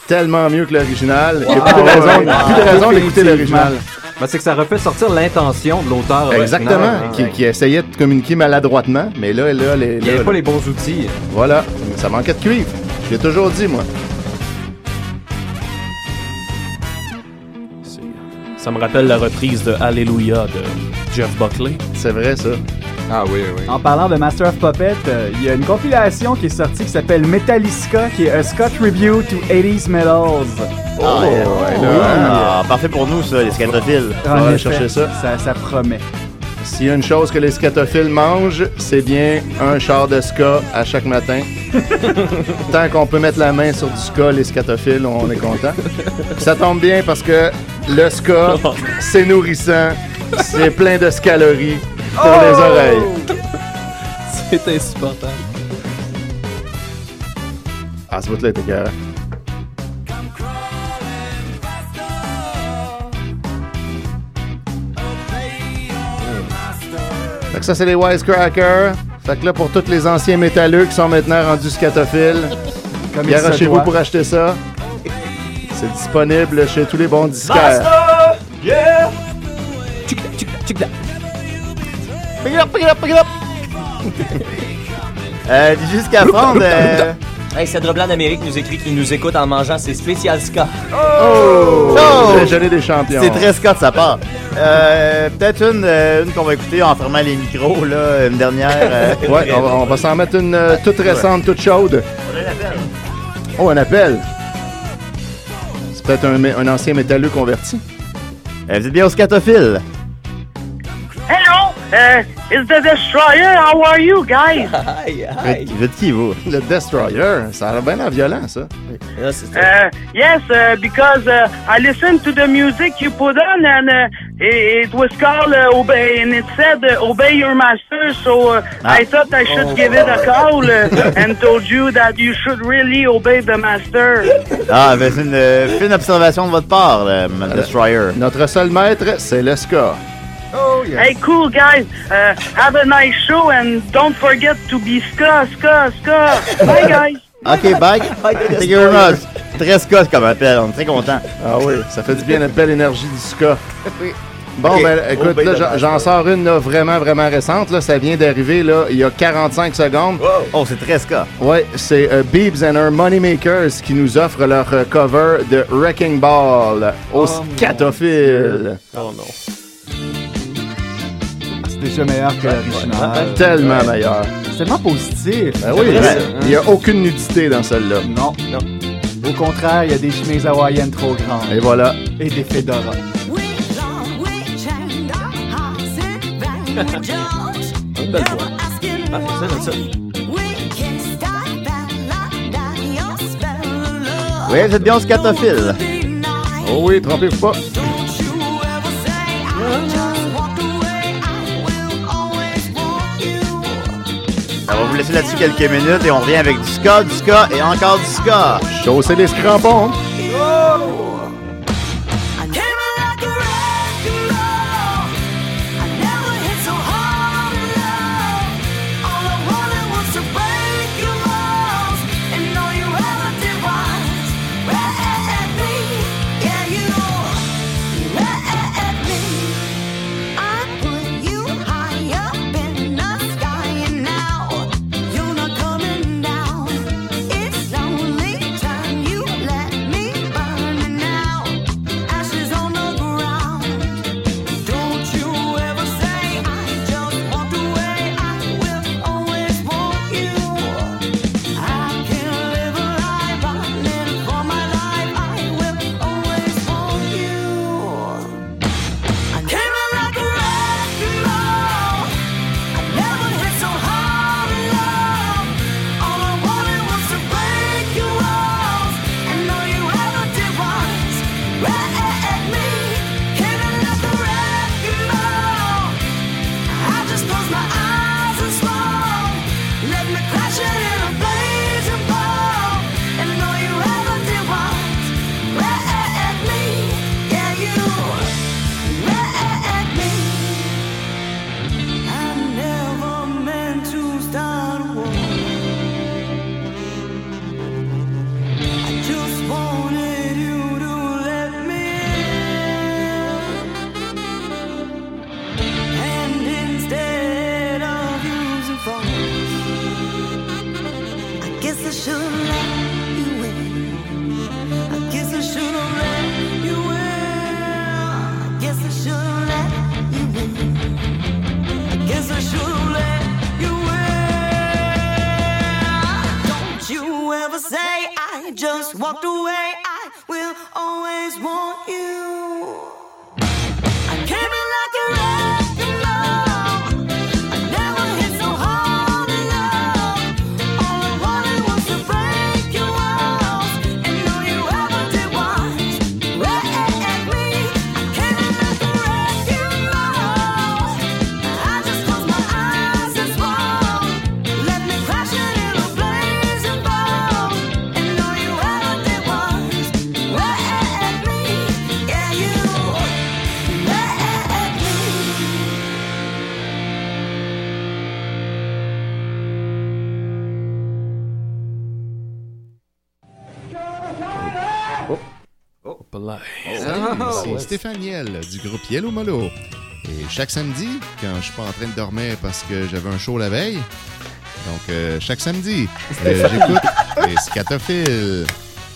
[SPEAKER 9] Tellement mieux que l'original. Il y a
[SPEAKER 12] Wow.
[SPEAKER 9] plus de raison,
[SPEAKER 12] Wow.
[SPEAKER 9] plus de raison d'écouter l'original.
[SPEAKER 12] Ben, c'est que ça refait sortir l'intention de l'auteur.
[SPEAKER 9] Exactement,
[SPEAKER 12] original.
[SPEAKER 9] qui, qui essayait de communiquer maladroitement, mais là, là, les,
[SPEAKER 12] Il n'y avait
[SPEAKER 9] là,
[SPEAKER 12] pas
[SPEAKER 9] là.
[SPEAKER 12] les bons outils.
[SPEAKER 9] Voilà, ça manquait de cuivre. J'ai toujours dit, moi.
[SPEAKER 13] Ça me rappelle la reprise de Alléluia de Jeff Buckley.
[SPEAKER 9] C'est vrai, ça.
[SPEAKER 12] Ah oui, oui.
[SPEAKER 11] En parlant de Master of Puppet, euh, il y a une compilation qui est sortie qui s'appelle Metallica, qui est A Scott Review to 80s Metals. Oh,
[SPEAKER 8] Ah, ouais, ouais, là,
[SPEAKER 11] oui.
[SPEAKER 8] ah, parfait pour nous, ça, les scatophiles.
[SPEAKER 11] En
[SPEAKER 9] On va
[SPEAKER 11] effet,
[SPEAKER 9] chercher ça.
[SPEAKER 11] ça. ça promet.
[SPEAKER 9] S'il y a une chose que les scatophiles mangent, c'est bien un char de ska à chaque matin. Tant qu'on peut mettre la main sur du ska, les scatophiles, on est content. Ça tombe bien parce que le ska, c'est nourrissant, c'est plein de calories pour les oreilles.
[SPEAKER 13] hein.
[SPEAKER 14] C'est insupportable.
[SPEAKER 9] Ah, ce bout-là était carré. Fait que ça, c'est les Wisecrackers. Fait que là, pour tous les anciens métalleux qui sont maintenant rendus scatophiles,
[SPEAKER 11] Comme il se
[SPEAKER 9] garochez-vous
[SPEAKER 11] doit.
[SPEAKER 9] pour acheter ça. C'est disponible chez tous les bons disquaires.
[SPEAKER 7] Yeah!
[SPEAKER 8] Pick it up, pick it up, pick it up! Euh, jusqu'à prendre. euh,
[SPEAKER 17] Hey, Cèdre Blanc d'Amérique nous écrit qu'il nous écoute en mangeant ses spécial ska.
[SPEAKER 8] Oh!
[SPEAKER 9] Le déjeuner des champions.
[SPEAKER 8] C'est très Scott, ça part. Euh, Peut-être une, euh, une qu'on va écouter en fermant les micros, là, une dernière. euh,
[SPEAKER 9] ouais, on va, on va s'en mettre une euh, toute récente, toute chaude. Oh, un appel. C'est peut-être un, mé- un ancien métalleux converti. Eh,
[SPEAKER 8] vous êtes bien au scatophile.
[SPEAKER 18] Hello, uh, it's the destroyer. How are you guys?
[SPEAKER 9] Vous êtes qui, vous? Le Destroyer. Ça a l'air bien l'air violent, ça.
[SPEAKER 18] Uh, yes, uh, because uh, I listened to the music you put on, and uh, it, it was called uh, "Obey," and it said uh, "Obey your master." So uh, I thought I should give it a call uh, and told you that you should really obey the master.
[SPEAKER 8] Ah, ben, c'est une euh, fine observation de votre part, euh, Madame Destroyer.
[SPEAKER 9] Notre seul maître, c'est le Ska.
[SPEAKER 18] Oh, yes. Hey, cool guys. Uh, have a nice show, and don't forget to be ska, ska, ska. Bye, guys.
[SPEAKER 8] OK, bye. Thank you very much. Très Scott comme appel, on est très content.
[SPEAKER 9] Ah oui, ça fait du bien la belle énergie du Ska.
[SPEAKER 8] Oui.
[SPEAKER 9] Bon,
[SPEAKER 8] Ok. Oh,
[SPEAKER 9] ben
[SPEAKER 7] Oh,
[SPEAKER 9] écoute,
[SPEAKER 8] Obey
[SPEAKER 9] là,
[SPEAKER 8] the
[SPEAKER 9] j'en-
[SPEAKER 8] master.
[SPEAKER 9] j'en sors une là, vraiment, vraiment récente. Là, ça vient d'arriver là, il y a 45 secondes.
[SPEAKER 8] Oh, c'est très Scott.
[SPEAKER 9] Ouais, c'est euh, Biebs and her Moneymakers qui nous offre leur euh, cover de Wrecking Ball
[SPEAKER 11] Oh,
[SPEAKER 9] au scatophile.
[SPEAKER 13] Oh non.
[SPEAKER 11] C'est déjà meilleur que l'original.
[SPEAKER 9] ouais, ouais. Tellement meilleur.
[SPEAKER 11] C'est tellement positif.
[SPEAKER 9] Ben oui,
[SPEAKER 11] C'est vrai,
[SPEAKER 9] ben,
[SPEAKER 11] ça, hein.
[SPEAKER 9] il n'y a aucune nudité dans celle-là.
[SPEAKER 11] Non. Au contraire, il y a des chemises hawaïennes trop grandes.
[SPEAKER 9] Et voilà.
[SPEAKER 11] Et des fedoras.
[SPEAKER 7] Ah,
[SPEAKER 8] Oui, vous êtes bien au scatophile.
[SPEAKER 9] Oh oui, trompez-vous pas.
[SPEAKER 8] On va vous laisser là-dessus quelques minutes et on revient avec du ska, du ska et encore du ska.
[SPEAKER 9] Chausser les crampons.
[SPEAKER 7] Ashes on the ground. Don't you ever say I just walked away. I will always want you. I can live a life. I live for my life. I will always want you. I came in like a wrecking ball. I never hit so hard in love. All I wanted was to break your walls, and all you ever did was wreck me. Just wanted you to let me in. And instead of using phones, I guess I should have let you in. I guess I should have let you in. I guess I should have let you in. I guess I should have let you in. Don't you ever say I just walked away. I will always want you. I came in like a wrecking ball. I never hit so hard in love. All I wanted was to break your walls, and all you ever did was wreck me. I came in like a wrecking ball. I just closed my eyes and swore, let me crash it in a blazing ball, and
[SPEAKER 9] Oh.
[SPEAKER 13] Live.
[SPEAKER 19] Salut, Ah,
[SPEAKER 8] Oh.
[SPEAKER 19] c'est Stéphane Niel du groupe Yellow Molo. Et chaque samedi, quand je suis pas en train de dormir parce que j'avais un show la veille, donc euh, chaque samedi, euh,
[SPEAKER 13] Stéphane.
[SPEAKER 19] j'écoute les scatophiles.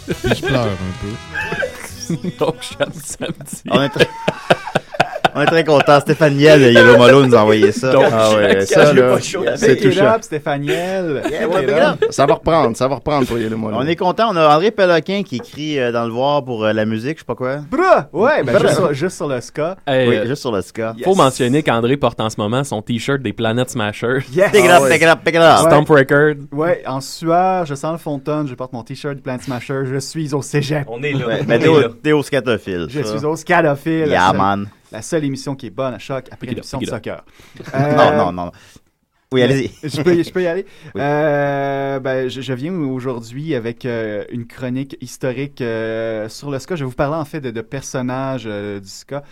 [SPEAKER 19] Puis je pleure un peu.
[SPEAKER 13] Donc, chaque samedi.
[SPEAKER 8] On est très, on est très contents. Stéphane Niel de Yellow Molo nous a envoyé ça.
[SPEAKER 9] Donc,
[SPEAKER 8] ah ouais,
[SPEAKER 9] chaque-
[SPEAKER 8] ça,
[SPEAKER 9] j'ai
[SPEAKER 8] là,
[SPEAKER 9] pas de show la
[SPEAKER 8] c'est
[SPEAKER 9] veille. Et
[SPEAKER 8] touchant.
[SPEAKER 9] là,
[SPEAKER 11] Stéphaniel.
[SPEAKER 9] ça va reprendre, ça va reprendre pour Yellow Molo.
[SPEAKER 8] On est content. On a André Péloquin qui écrit euh, dans le voir pour euh, la musique, je sais pas quoi.
[SPEAKER 11] Bruh! Ouais, ben
[SPEAKER 8] Bruh.
[SPEAKER 11] juste sur, juste sur le ska.
[SPEAKER 13] Hey,
[SPEAKER 8] oui,
[SPEAKER 13] euh,
[SPEAKER 8] juste sur le ska.
[SPEAKER 13] Faut mentionner qu'André porte en ce moment son t-shirt des Planet Smashers.
[SPEAKER 11] Yes!
[SPEAKER 8] Pick it up, pick it up, pick it up.
[SPEAKER 13] Stomp Record.
[SPEAKER 11] Ouais, en sueur, je sens le fond de tonne, je porte mon t-shirt du Plant Smasher, je suis au cégep.
[SPEAKER 17] On est là.
[SPEAKER 8] Ouais, mais t'es au- t'es au scatophile.
[SPEAKER 11] Je
[SPEAKER 8] ça.
[SPEAKER 11] suis au
[SPEAKER 8] Yeah,
[SPEAKER 11] scalophile. la, seule-
[SPEAKER 8] man.
[SPEAKER 11] la seule émission qui est bonne à choc après
[SPEAKER 8] Pick it up,
[SPEAKER 11] l'émission de
[SPEAKER 8] pick it
[SPEAKER 11] soccer. Euh,
[SPEAKER 8] up. Non, non, non. Oui, allez-y.
[SPEAKER 11] Je peux, je peux y aller.
[SPEAKER 8] Oui.
[SPEAKER 11] Euh, ben, je, je viens aujourd'hui avec euh, une chronique historique euh, sur le ska. Je vais vous parler en fait de, de personnages euh, du ska.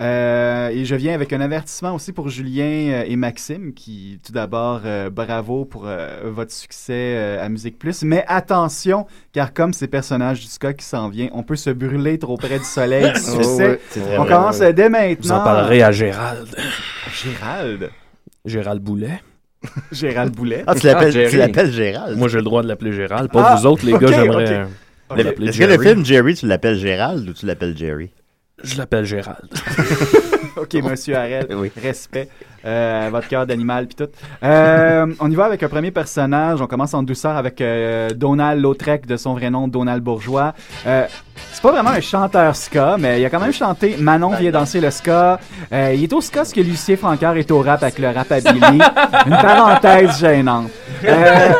[SPEAKER 11] Euh, et je viens avec un avertissement aussi pour Julien euh, et Maxime, qui tout d'abord, euh, bravo pour euh, votre succès euh, à Musique Plus. Mais attention, car comme ces personnages du ska qui s'en vient, on peut se brûler trop près du soleil. tu
[SPEAKER 13] Oh,
[SPEAKER 11] sais.
[SPEAKER 13] ouais. C'est très
[SPEAKER 11] On
[SPEAKER 13] vrai,
[SPEAKER 11] commence
[SPEAKER 13] ouais.
[SPEAKER 11] euh, dès maintenant.
[SPEAKER 13] Vous en parlerez à Gérald.
[SPEAKER 11] Gérald.
[SPEAKER 13] Gérald Boulet.
[SPEAKER 11] Gérald Boulet.
[SPEAKER 8] Ah, tu l'appelles- tu
[SPEAKER 13] Jerry.
[SPEAKER 8] l'appelles Gérald?
[SPEAKER 13] Moi, j'ai le droit de l'appeler Gérald.
[SPEAKER 11] Ah,
[SPEAKER 13] Pas vous autres, les gars, j'aimerais. euh,
[SPEAKER 8] Le-
[SPEAKER 13] l'appeler
[SPEAKER 8] Est-ce que le
[SPEAKER 13] Jerry.
[SPEAKER 8] film Jerry, tu l'appelles Gérald ou tu l'appelles Jerry?
[SPEAKER 13] Je l'appelle Gérald.
[SPEAKER 11] OK, monsieur Harel, respect. euh, votre cœur d'animal, puis tout. Euh, on y va avec un premier personnage. On commence en douceur avec euh, Donald Lautrec, de son vrai nom, Donald Bourgeois. Euh, c'est pas vraiment un chanteur ska, mais il a quand même chanté Manon vient danser le ska. Euh, il est au ska ce que Lucien Francard est au rap avec le rap à Billy. Une parenthèse gênante. Euh,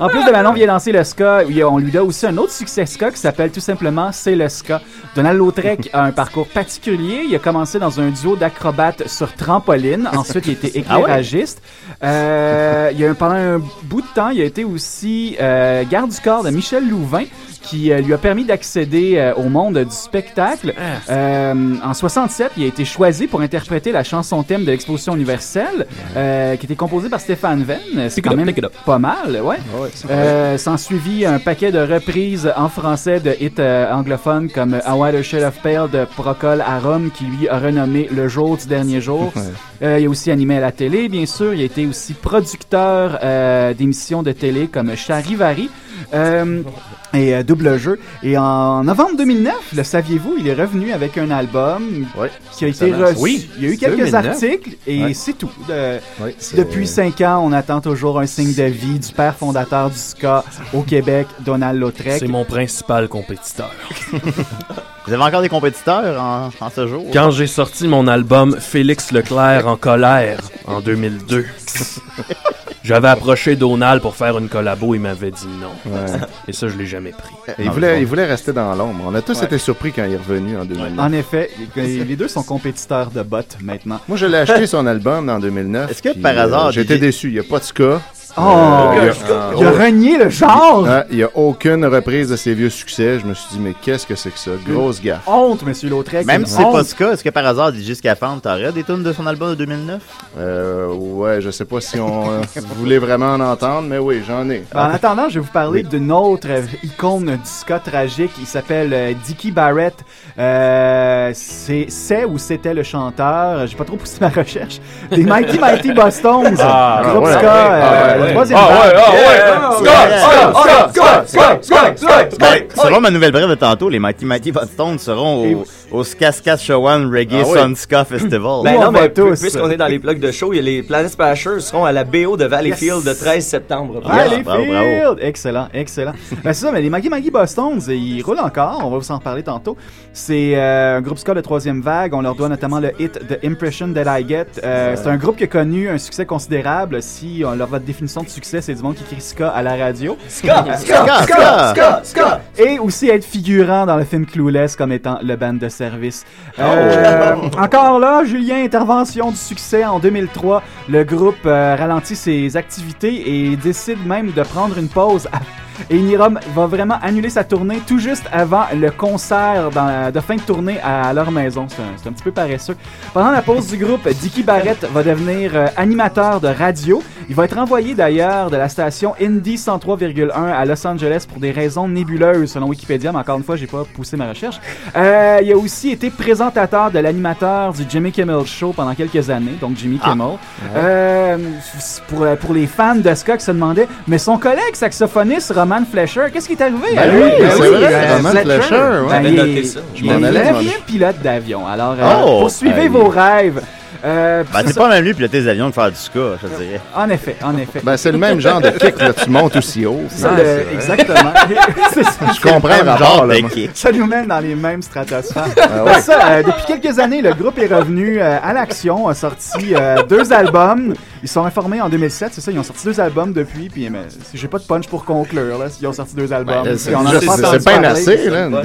[SPEAKER 11] en plus de Manon vient danser le ska, il y a- on lui donne aussi un autre succès ska qui s'appelle tout simplement C'est le ska. Donald Lautrec a un parcours particulier. Il a commencé dans un duo d'acrobates sur trampoline. Ensuite, il a été
[SPEAKER 8] Ah ouais?
[SPEAKER 11] éclairagiste. Euh, il y a, un- pendant un bout de temps, il a été aussi euh, garde du corps de Michel Louvain qui euh, lui a permis d'accéder euh, au monde du spectacle.
[SPEAKER 8] Ah.
[SPEAKER 11] Euh, en 67, il a été choisi pour interpréter la chanson thème de l'exposition universelle euh, qui était composée par Stéphane Venn. C'est quand même pas mal, ouais.
[SPEAKER 2] Eh,
[SPEAKER 11] Euh, S'en suivit un paquet de reprises en français de hits euh, anglophones comme euh, I Want a Shade of Pale de Procol Harum qui lui a renommé Le jour du dernier jour.
[SPEAKER 9] Ouais.
[SPEAKER 11] Euh, il a aussi animé à la télé, bien sûr. Il a été aussi producteur euh, d'émissions de télé comme Charivari euh, et euh, Double Jeu. Et en novembre 2009, le saviez-vous, il est revenu avec un album qui a été
[SPEAKER 9] excellent.
[SPEAKER 11] reçu.
[SPEAKER 9] Oui,
[SPEAKER 11] il y a eu quelques
[SPEAKER 9] 2009.
[SPEAKER 11] articles et
[SPEAKER 9] Ouais.
[SPEAKER 11] c'est tout. De-
[SPEAKER 9] c'est-
[SPEAKER 11] depuis cinq ans, on attend toujours un signe de vie du père fondateur du ska au Québec, Donald Lautrec.
[SPEAKER 13] C'est mon principal compétiteur.
[SPEAKER 8] Vous avez encore des compétiteurs en, en ce jour?
[SPEAKER 13] Quand j'ai sorti mon album Félix Leclerc en colère en 2002, j'avais approché Donald pour faire une collabo, il m'avait dit non. Et ça, je l'ai jamais pris.
[SPEAKER 9] Et il, voulait, il voulait rester dans l'ombre. On a tous
[SPEAKER 11] Ouais.
[SPEAKER 9] été surpris quand il est revenu en 2009.
[SPEAKER 11] En effet, les les deux sont compétiteurs de bottes maintenant.
[SPEAKER 8] Euh,
[SPEAKER 9] Moi, je l'ai acheté son album en 2009. Est-ce
[SPEAKER 11] que par hasard,
[SPEAKER 9] euh, J'étais
[SPEAKER 11] DJ
[SPEAKER 9] déçu. Il n'y a pas de ska.
[SPEAKER 11] Oh!
[SPEAKER 9] Euh,
[SPEAKER 11] Il y a- il a renié le genre!
[SPEAKER 9] Ah, Il n'y a aucune reprise de ses vieux succès. Je me suis dit, mais qu'est-ce que c'est que ça? Grosse gaffe.
[SPEAKER 11] Honte, monsieur Lautrec.
[SPEAKER 8] Même
[SPEAKER 11] une
[SPEAKER 8] si c'est pas
[SPEAKER 11] honte.
[SPEAKER 8] ce cas, est-ce que par hasard, DJ Scaphandre, t'aurais des tunes de son album de 2009?
[SPEAKER 9] Euh, ouais, je sais pas si on euh, voulait vraiment en entendre, mais oui, j'en ai.
[SPEAKER 11] Ben, en attendant, je vais vous parler d'une autre euh, icône du ska tragique. Il s'appelle euh, Dickie Barrett. Euh, c'est c'est ou c'était le chanteur, j'ai pas trop poussé ma recherche, des Mighty Mighty Boston's.
[SPEAKER 9] Ah,
[SPEAKER 11] groupe
[SPEAKER 9] ouais,
[SPEAKER 11] ska,
[SPEAKER 9] ouais,
[SPEAKER 11] euh,
[SPEAKER 9] ouais, ouais.
[SPEAKER 11] troisième
[SPEAKER 9] Ah,
[SPEAKER 11] band.
[SPEAKER 9] ouais, ah, ouais.
[SPEAKER 11] Yeah.
[SPEAKER 9] Ska, ska, ska,
[SPEAKER 7] Ah,
[SPEAKER 9] ska, ska, ska, ska, ska.
[SPEAKER 8] Ben, Selon ma nouvelle brève de tantôt, les Mighty Mighty Boston seront au, au Saskatchewan Reggae
[SPEAKER 17] Ah oui.
[SPEAKER 8] Sun Ska Festival.
[SPEAKER 17] Ben non, mais pu-
[SPEAKER 11] euh.
[SPEAKER 17] puisqu'on est dans les blocs de show, il y a les Planet Smashers seront à la BO de Valleyfield le 13 septembre.
[SPEAKER 11] Allez,
[SPEAKER 8] Ah,
[SPEAKER 11] Field! Excellent, excellent. ben, c'est ça, mais les Maggie Maggie Boston's, ils roulent encore. On va vous en parler tantôt. C'est euh, un groupe ska de troisième vague. On leur doit notamment le hit The Impression That I Get. Euh, c'est un groupe qui a connu un succès considérable. Si on leur votre définition de succès, c'est du monde qui crie ska à la radio.
[SPEAKER 7] Ska, ska, ska, ska, ska.
[SPEAKER 11] Et aussi être figurant dans le film Clueless comme étant le band de service.
[SPEAKER 7] Oh.
[SPEAKER 11] Euh, encore là, Julien, intervention du succès en 2003. Le groupe euh, ralentit ses activités et décide même de prendre une pause. à- Et Nirom va vraiment annuler sa tournée tout juste avant le concert dans la- de fin de tournée à leur maison. C'est un, c'est un petit peu paresseux. Pendant la pause du groupe, Dicky Barrett va devenir euh, animateur de radio. Il va être envoyé d'ailleurs de la station Indy 103,1 à Los Angeles pour des raisons nébuleuses selon Wikipédia, mais encore une fois, j'ai pas poussé ma recherche. Euh, il a aussi été présentateur de l'animateur du Jimmy Kimmel Show pendant quelques années, donc Jimmy
[SPEAKER 7] Ah.
[SPEAKER 11] Kimmel. Euh, c'est pour, pour les fans de ska qui se demandaient, mais son collègue saxophoniste Roman Fleischer, qu'est-ce qui est arrivé
[SPEAKER 9] Ben
[SPEAKER 11] à
[SPEAKER 9] oui,
[SPEAKER 11] lui?
[SPEAKER 9] ben oui,
[SPEAKER 11] euh,
[SPEAKER 9] Roman Fleischer, ouais.
[SPEAKER 11] ben,
[SPEAKER 9] J'avais
[SPEAKER 11] il-
[SPEAKER 9] noté ça. Je
[SPEAKER 11] Il
[SPEAKER 9] m'en allais, je m'en
[SPEAKER 11] devient
[SPEAKER 9] allais.
[SPEAKER 11] pilote d'avion. Alors, euh,
[SPEAKER 8] Oh,
[SPEAKER 11] poursuivez
[SPEAKER 8] aïe.
[SPEAKER 11] vos rêves. Euh,
[SPEAKER 8] Ben,
[SPEAKER 11] c'est
[SPEAKER 8] c'est
[SPEAKER 11] ça.
[SPEAKER 8] pas même lui piloter des avions que faire du ska, je te dirais.
[SPEAKER 11] En effet, en effet.
[SPEAKER 9] Ben, c'est le même genre de kick, là. Tu montes aussi haut.
[SPEAKER 11] C'est ça,
[SPEAKER 9] Ouais,
[SPEAKER 11] le-
[SPEAKER 9] c'est vrai.
[SPEAKER 11] exactement. C'est ça.
[SPEAKER 9] Je comprends le rapport, là. moi.
[SPEAKER 11] Ça nous mène dans les mêmes stratosphères.
[SPEAKER 9] Ah ouais.
[SPEAKER 11] Ben ça, euh, depuis quelques années, le groupe est revenu euh, à l'action, a sorti euh, deux albums. Ils sont informés en 2007, c'est ça, ils ont sorti deux albums depuis, puis mais, si j'ai pas de punch pour conclure, là, ils ont sorti deux albums.
[SPEAKER 9] Ben,
[SPEAKER 11] puis on en a pas entendu parler. Ouais.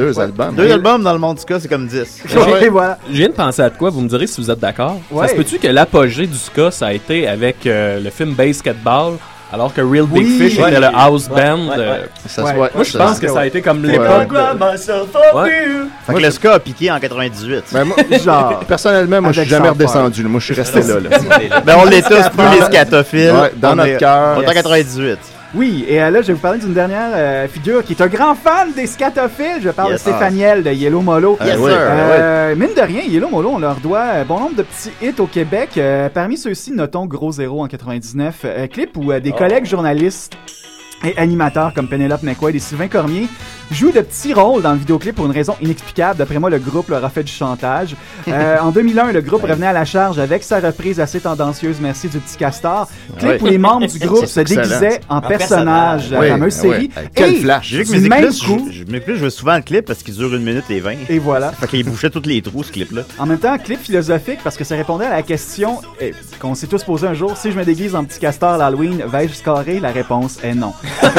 [SPEAKER 8] Deux albums dans le monde du ska, c'est comme dix.
[SPEAKER 11] Et voilà.
[SPEAKER 14] Je viens de penser à de quoi, vous me direz si vous êtes d'accord.
[SPEAKER 11] Ouais.
[SPEAKER 14] Ça se peut-tu que l'apogée du ska, ça a été avec euh, le film Basketball, alors que Real Big
[SPEAKER 13] Oui.
[SPEAKER 14] Fish
[SPEAKER 13] Ouais.
[SPEAKER 14] était le house
[SPEAKER 13] Ouais,
[SPEAKER 14] band?
[SPEAKER 13] ouais,
[SPEAKER 14] euh,
[SPEAKER 13] ouais. Ça se voit.
[SPEAKER 14] Moi, je
[SPEAKER 13] Ça
[SPEAKER 14] pense
[SPEAKER 13] se
[SPEAKER 14] que
[SPEAKER 13] voit.
[SPEAKER 14] ça a été comme
[SPEAKER 13] Ouais.
[SPEAKER 14] l'époque.
[SPEAKER 13] Grab
[SPEAKER 8] Fait que le ska a piqué en 98.
[SPEAKER 9] Ben, moi, personnellement, moi, je suis
[SPEAKER 8] Avec
[SPEAKER 9] jamais
[SPEAKER 8] sans peur.
[SPEAKER 9] redescendu. là. Moi, je suis resté là. là.
[SPEAKER 8] Ben, on l'est tous, plus les scatophiles.
[SPEAKER 9] Ouais, dans
[SPEAKER 8] On
[SPEAKER 9] notre
[SPEAKER 8] est-
[SPEAKER 9] cœur.
[SPEAKER 8] On est en 98.
[SPEAKER 11] Oui, et euh, là, je vais vous parler d'une dernière euh, figure qui est un grand fan des scatophiles. Je parle
[SPEAKER 8] Yes. Ah,
[SPEAKER 11] de Stéphaniel de Yellow Molo.
[SPEAKER 8] Yes, sir. Ah,
[SPEAKER 11] Euh, Mine de rien, Yellow Molo, on leur doit euh, bon nombre de petits hits au Québec. Euh, parmi ceux-ci, notons Gros Zéro en 99, euh, clip où euh,
[SPEAKER 8] Oh.
[SPEAKER 11] des collègues journalistes et animateurs comme Penelope McQuaid et Sylvain Cormier jouent de petits rôles dans le vidéoclip pour une raison inexplicable. D'après moi, le groupe leur a fait du chantage. Euh, en 2001, le groupe revenait à la charge avec sa reprise assez tendancieuse Merci du petit castor, clip
[SPEAKER 9] Ah Ouais.
[SPEAKER 11] où les membres du groupe se
[SPEAKER 9] C'est excellent, Ah
[SPEAKER 11] déguisaient
[SPEAKER 9] ça.
[SPEAKER 11] en
[SPEAKER 9] En
[SPEAKER 11] personnage, la
[SPEAKER 8] Oui,
[SPEAKER 11] fameuse
[SPEAKER 8] oui.
[SPEAKER 11] série.
[SPEAKER 8] Hey, Quel
[SPEAKER 11] Et
[SPEAKER 8] flash! J'ai vu que
[SPEAKER 11] du
[SPEAKER 8] Musique
[SPEAKER 11] même
[SPEAKER 8] Plus,
[SPEAKER 11] coup,
[SPEAKER 8] je, je, Musique Plus, je veux souvent le clip parce qu'il dure une minute et vingt.
[SPEAKER 11] Et voilà.
[SPEAKER 8] Fait qu'il bouchait tous les trous, ce clip-là.
[SPEAKER 11] En même temps, clip philosophique parce que ça répondait à la question eh, qu'on s'est tous posée un jour si je me déguise en petit castor à l'Halloween, vais-je scorer La réponse est non.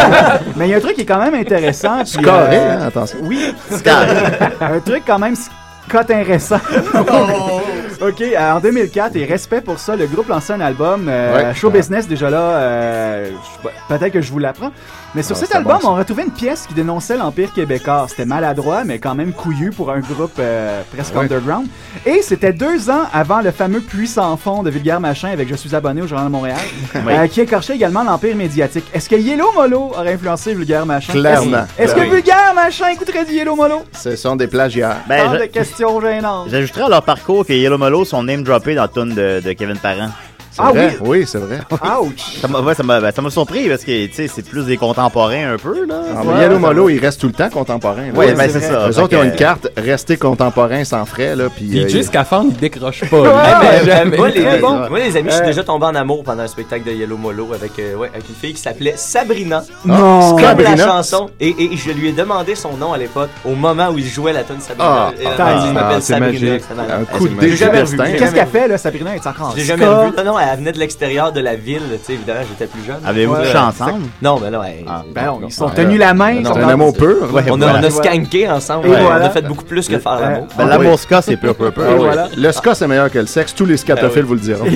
[SPEAKER 11] Mais il y a un truc qui est quand même intéressant. puis,
[SPEAKER 9] Carré,
[SPEAKER 11] euh,
[SPEAKER 9] hein, attention.
[SPEAKER 11] Oui, un truc quand même scot intéressant.
[SPEAKER 8] Oh.
[SPEAKER 11] ok, euh, en 2004, et respect pour ça, le groupe lançait un album, euh,
[SPEAKER 9] Ouais.
[SPEAKER 11] Show Business, déjà là, euh, je- bah, peut-être que je vous l'apprends. Mais sur
[SPEAKER 9] Ah,
[SPEAKER 11] cet
[SPEAKER 9] c'est
[SPEAKER 11] album,
[SPEAKER 9] bon, ça.
[SPEAKER 11] on retrouvait une pièce qui dénonçait l'Empire québécois. C'était maladroit, mais quand même couillu pour un groupe euh, presque
[SPEAKER 9] Ouais.
[SPEAKER 11] underground. Et c'était deux ans avant le fameux Puits sans fond de Vulgaire Machin avec Je suis abonné au Journal de Montréal,
[SPEAKER 9] Oui.
[SPEAKER 11] euh, qui écorchait également l'Empire médiatique. Est-ce que Yellow Molo aurait influencé Vulgaire Machin?
[SPEAKER 9] Clairement.
[SPEAKER 11] Est-ce est-ce que
[SPEAKER 9] Oui.
[SPEAKER 11] Vulgaire Machin écouterait du Yellow Molo?
[SPEAKER 9] Ce sont des plagiats.
[SPEAKER 11] Ben,
[SPEAKER 8] je-
[SPEAKER 11] de questions gênantes.
[SPEAKER 8] J'ajouterais à leur parcours que Yellow Molo sont name droppés dans le tune de, de Kevin Parent.
[SPEAKER 11] Ah vrai?
[SPEAKER 9] oui? Oui, c'est vrai.
[SPEAKER 11] Ouch!
[SPEAKER 8] Ça m'a ouais, ça m'a- ben, ça m'a surpris parce que tu sais, c'est plus des contemporains un peu. Là.
[SPEAKER 9] Ah,
[SPEAKER 8] Ouais.
[SPEAKER 9] mais Yellow Molo, il reste tout le temps contemporain. là.
[SPEAKER 8] Ouais, ben, c'est ça.
[SPEAKER 9] Eux
[SPEAKER 8] Fait
[SPEAKER 9] autres, ils ont
[SPEAKER 8] que-
[SPEAKER 9] une carte rester contemporain sans frais. Là, puis, euh,
[SPEAKER 14] DJ Scaffand, il décroche pas.
[SPEAKER 9] Ouais,
[SPEAKER 14] lui.
[SPEAKER 9] ouais,
[SPEAKER 14] Jamais.
[SPEAKER 17] Moi, les,
[SPEAKER 9] Très bon.
[SPEAKER 17] moi, les amis, je
[SPEAKER 9] Euh.
[SPEAKER 17] suis déjà tombé en amour pendant un spectacle de Yellow Molo avec, euh, ouais, avec une fille qui s'appelait Sabrina.
[SPEAKER 9] Non.
[SPEAKER 17] Comme
[SPEAKER 9] Sabrina.
[SPEAKER 17] la chanson. Et, et je lui ai demandé son nom à l'époque, au moment où il jouait la tune Sabrina.
[SPEAKER 9] Ah,
[SPEAKER 17] Et elle m'a
[SPEAKER 9] ah,
[SPEAKER 17] dit, je
[SPEAKER 9] ah,
[SPEAKER 17] m'appelle
[SPEAKER 9] c'est
[SPEAKER 17] Sabrina.
[SPEAKER 9] magique.
[SPEAKER 17] Ça m'a-
[SPEAKER 9] Un
[SPEAKER 17] Ah,
[SPEAKER 9] coup
[SPEAKER 17] c'est
[SPEAKER 9] de
[SPEAKER 17] magique. J'ai jamais
[SPEAKER 9] destin.
[SPEAKER 17] revu.
[SPEAKER 9] Qu'est-ce
[SPEAKER 11] Qu'est-ce qu'elle fait, là, Sabrina? Elle est encore en
[SPEAKER 17] J'ai jamais
[SPEAKER 11] ska.
[SPEAKER 17] vu. Non, non, elle venait de l'extérieur de la ville. Tu sais, évidemment, j'étais plus jeune.
[SPEAKER 8] Avez-vous
[SPEAKER 17] Ouais.
[SPEAKER 8] couché ensemble?
[SPEAKER 17] Non, mais là, ouais.
[SPEAKER 11] ben non, ils sont tenus la main, ils sont en-
[SPEAKER 17] On a-
[SPEAKER 8] Ouais,
[SPEAKER 17] on
[SPEAKER 8] voilà.
[SPEAKER 17] a skanké ensemble.
[SPEAKER 8] Et
[SPEAKER 17] On
[SPEAKER 8] voilà.
[SPEAKER 17] a fait beaucoup plus que faire l'amour.
[SPEAKER 8] Ben, l'amour ska, c'est peu, peu, peu.
[SPEAKER 9] Ah oui.
[SPEAKER 11] voilà.
[SPEAKER 9] Le ska, c'est meilleur que le sexe. Tous les scatophiles vous le diront.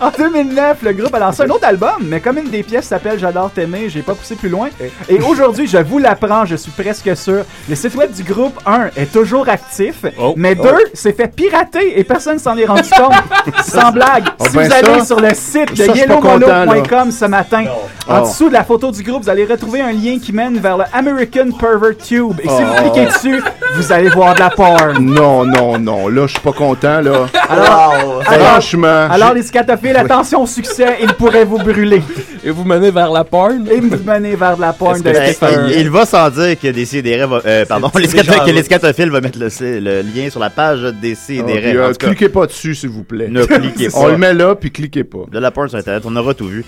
[SPEAKER 11] En 2009, le groupe a lancé un autre album, mais comme une des pièces s'appelle J'adore t'aimer, j'ai pas poussé plus loin. Et aujourd'hui, je vous l'apprends, je suis presque sûr, le site web du groupe 1 est toujours actif, mais 2
[SPEAKER 9] Oh.
[SPEAKER 11] s'est fait pirater et personne s'en est rendu compte. Sans blague,
[SPEAKER 9] Oh,
[SPEAKER 11] si
[SPEAKER 9] ben
[SPEAKER 11] vous allez
[SPEAKER 9] ça,
[SPEAKER 11] sur le site
[SPEAKER 9] ça, je
[SPEAKER 11] de
[SPEAKER 9] suis pas
[SPEAKER 11] yellowmono.com ce matin, en
[SPEAKER 9] Oh.
[SPEAKER 11] dessous de la photo du groupe, vous allez retrouver un lien qui mène vers le American Pervert Tube. Et si
[SPEAKER 9] Oh.
[SPEAKER 11] vous cliquez dessus, vous allez voir de la porn.
[SPEAKER 9] Non, non, non. Là, je suis pas content. là. Ah,
[SPEAKER 11] Alors-
[SPEAKER 9] Franchement.
[SPEAKER 11] Alors
[SPEAKER 9] j'ai-
[SPEAKER 11] les scatophiles, attention au succès, ils pourraient vous brûler.
[SPEAKER 14] Et vous menez vers la porn.
[SPEAKER 11] Et vous menez vers de la porn.
[SPEAKER 8] Est-ce
[SPEAKER 11] De
[SPEAKER 8] que- Ben, il, il va sans dire que DCDR va. euh, pardon,
[SPEAKER 9] C'est
[SPEAKER 8] les
[SPEAKER 9] déjà
[SPEAKER 8] scatophiles- que
[SPEAKER 9] arrivé.
[SPEAKER 8] les scatophiles va mettre le, le lien sur la page
[SPEAKER 9] Ah,
[SPEAKER 8] DCDR.
[SPEAKER 9] puis, euh,
[SPEAKER 8] en tout cas.
[SPEAKER 9] cliquez pas dessus, s'il vous plaît.
[SPEAKER 8] Ne cliquez pas.
[SPEAKER 9] On le met là, puis cliquez pas.
[SPEAKER 8] De la porn sur Internet, on aura tout vu.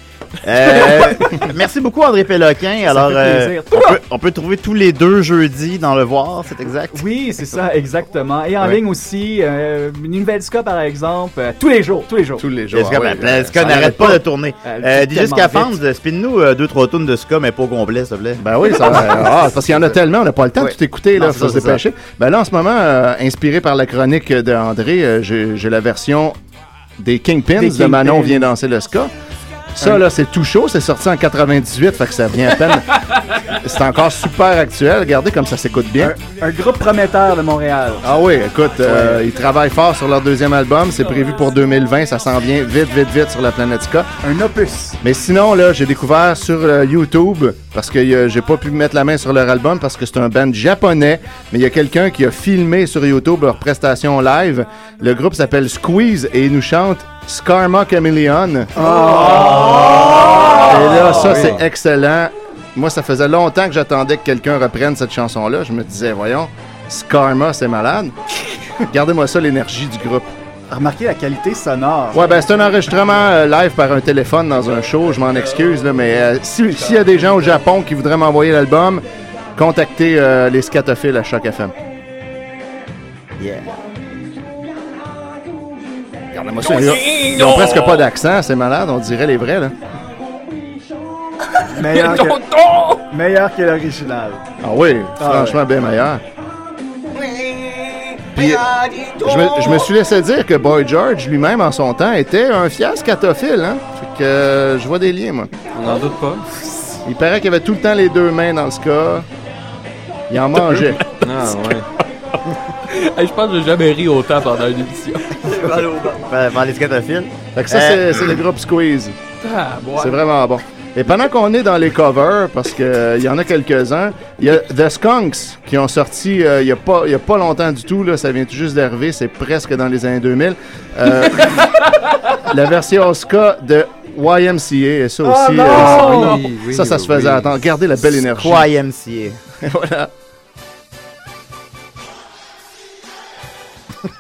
[SPEAKER 8] Euh, merci beaucoup, André Péloquin. Alors,
[SPEAKER 11] fait
[SPEAKER 8] euh,
[SPEAKER 11] plaisir.
[SPEAKER 8] on, peut, on peut trouver tous les deux jeudis dans Le Voir, c'est exact?
[SPEAKER 11] Oui, c'est ça, exactement. Et en
[SPEAKER 8] Ouais.
[SPEAKER 11] ligne aussi, euh, une nouvelle ska par exemple, euh, tous les jours, tous les jours. Tous
[SPEAKER 9] les
[SPEAKER 8] Le ska, ben, le ska n'arrête pas de tourner. Euh, DJ Scaphandre, spin-nous euh, deux, trois tunes de ska, mais pas au complet, s'il te plaît.
[SPEAKER 9] Ben oui, ça, ah, parce qu'il y en a tellement, on n'a pas le temps
[SPEAKER 8] Ouais.
[SPEAKER 9] de tout écouter, là,
[SPEAKER 8] Non,
[SPEAKER 9] faut
[SPEAKER 8] c'est
[SPEAKER 9] se
[SPEAKER 8] ça, c'est
[SPEAKER 9] dépêcher. Ben là, en ce moment, euh, inspiré par la chronique euh, d'André, j'ai j'ai la version des Kingpins
[SPEAKER 11] Des
[SPEAKER 9] de Manon
[SPEAKER 11] Kingpins.
[SPEAKER 9] vient danser le ska. Ça, là, c'est tout chaud. C'est sorti en 98, fait que ça vient à peine. c'est encore super actuel. Regardez comme ça s'écoute bien.
[SPEAKER 11] Un groupe prometteur de Montréal.
[SPEAKER 9] Ah oui, écoute, euh, ils travaillent fort sur leur deuxième album. C'est prévu pour 2020. Ça s'en vient vite, vite, vite sur la planète Ska.
[SPEAKER 11] Un opus.
[SPEAKER 9] Mais sinon, là, j'ai découvert sur euh, YouTube, parce que euh, j'ai pas pu mettre la main sur leur album, parce que c'est un band japonais, mais il y a quelqu'un qui a filmé sur YouTube leur prestation live. Le groupe s'appelle Squeeze et il nous chante Skarma Chameleon. Et là, ça,
[SPEAKER 7] Oui.
[SPEAKER 9] c'est excellent. Moi, ça faisait longtemps que j'attendais que quelqu'un reprenne cette chanson-là. Je me disais, voyons, Skarma, c'est malade. Regardez-moi ça, l'énergie du groupe.
[SPEAKER 11] Remarquez la qualité sonore.
[SPEAKER 9] Ouais, ben c'est un enregistrement euh, live par un téléphone dans un show, je m'en excuse, là, mais euh, si- s'il y a des gens au Japon qui voudraient m'envoyer l'album, contactez euh, les scatophiles à Choc FM.
[SPEAKER 8] Yeah.
[SPEAKER 9] Regardez-moi ça, ils ont- Ils ont presque pas d'accent, c'est malade, on dirait les vrais, là.
[SPEAKER 11] Meilleur que, meilleur que l'original.
[SPEAKER 9] Ah oui, franchement, bien meilleur. Puis, je me, je me suis laissé dire que Boy George lui-même, en son temps, était un fier scatophile, hein. Fait que euh, je vois des liens, moi.
[SPEAKER 12] On n'en doute pas.
[SPEAKER 9] Il paraît qu'il avait tout le temps les deux mains dans le ska. Il en mangeait.
[SPEAKER 12] Ah, ouais.
[SPEAKER 13] Hey, je pense que j'ai jamais ri autant pendant une émission.
[SPEAKER 8] Dans les scatophiles.
[SPEAKER 9] Fait que ça,
[SPEAKER 8] Euh,
[SPEAKER 9] c'est- c'est le groupe Squeeze.
[SPEAKER 13] Ah, ouais.
[SPEAKER 9] C'est vraiment bon. Et pendant qu'on est dans les covers, parce qu'il y en a quelques-uns, il y a The Skunks qui ont sorti euh, il n'y a, pas- y a pas longtemps du tout, là, ça vient tout juste d'arriver, c'est presque dans les années 2000. Euh, la version ska de YMCA, et ça aussi,
[SPEAKER 8] Ah, non!
[SPEAKER 9] euh,
[SPEAKER 8] Oui, oui,
[SPEAKER 9] ça, ça se
[SPEAKER 8] oui,
[SPEAKER 9] faisait
[SPEAKER 8] oui.
[SPEAKER 9] attendre. Regardez la belle énergie.
[SPEAKER 8] YMCA.
[SPEAKER 9] voilà.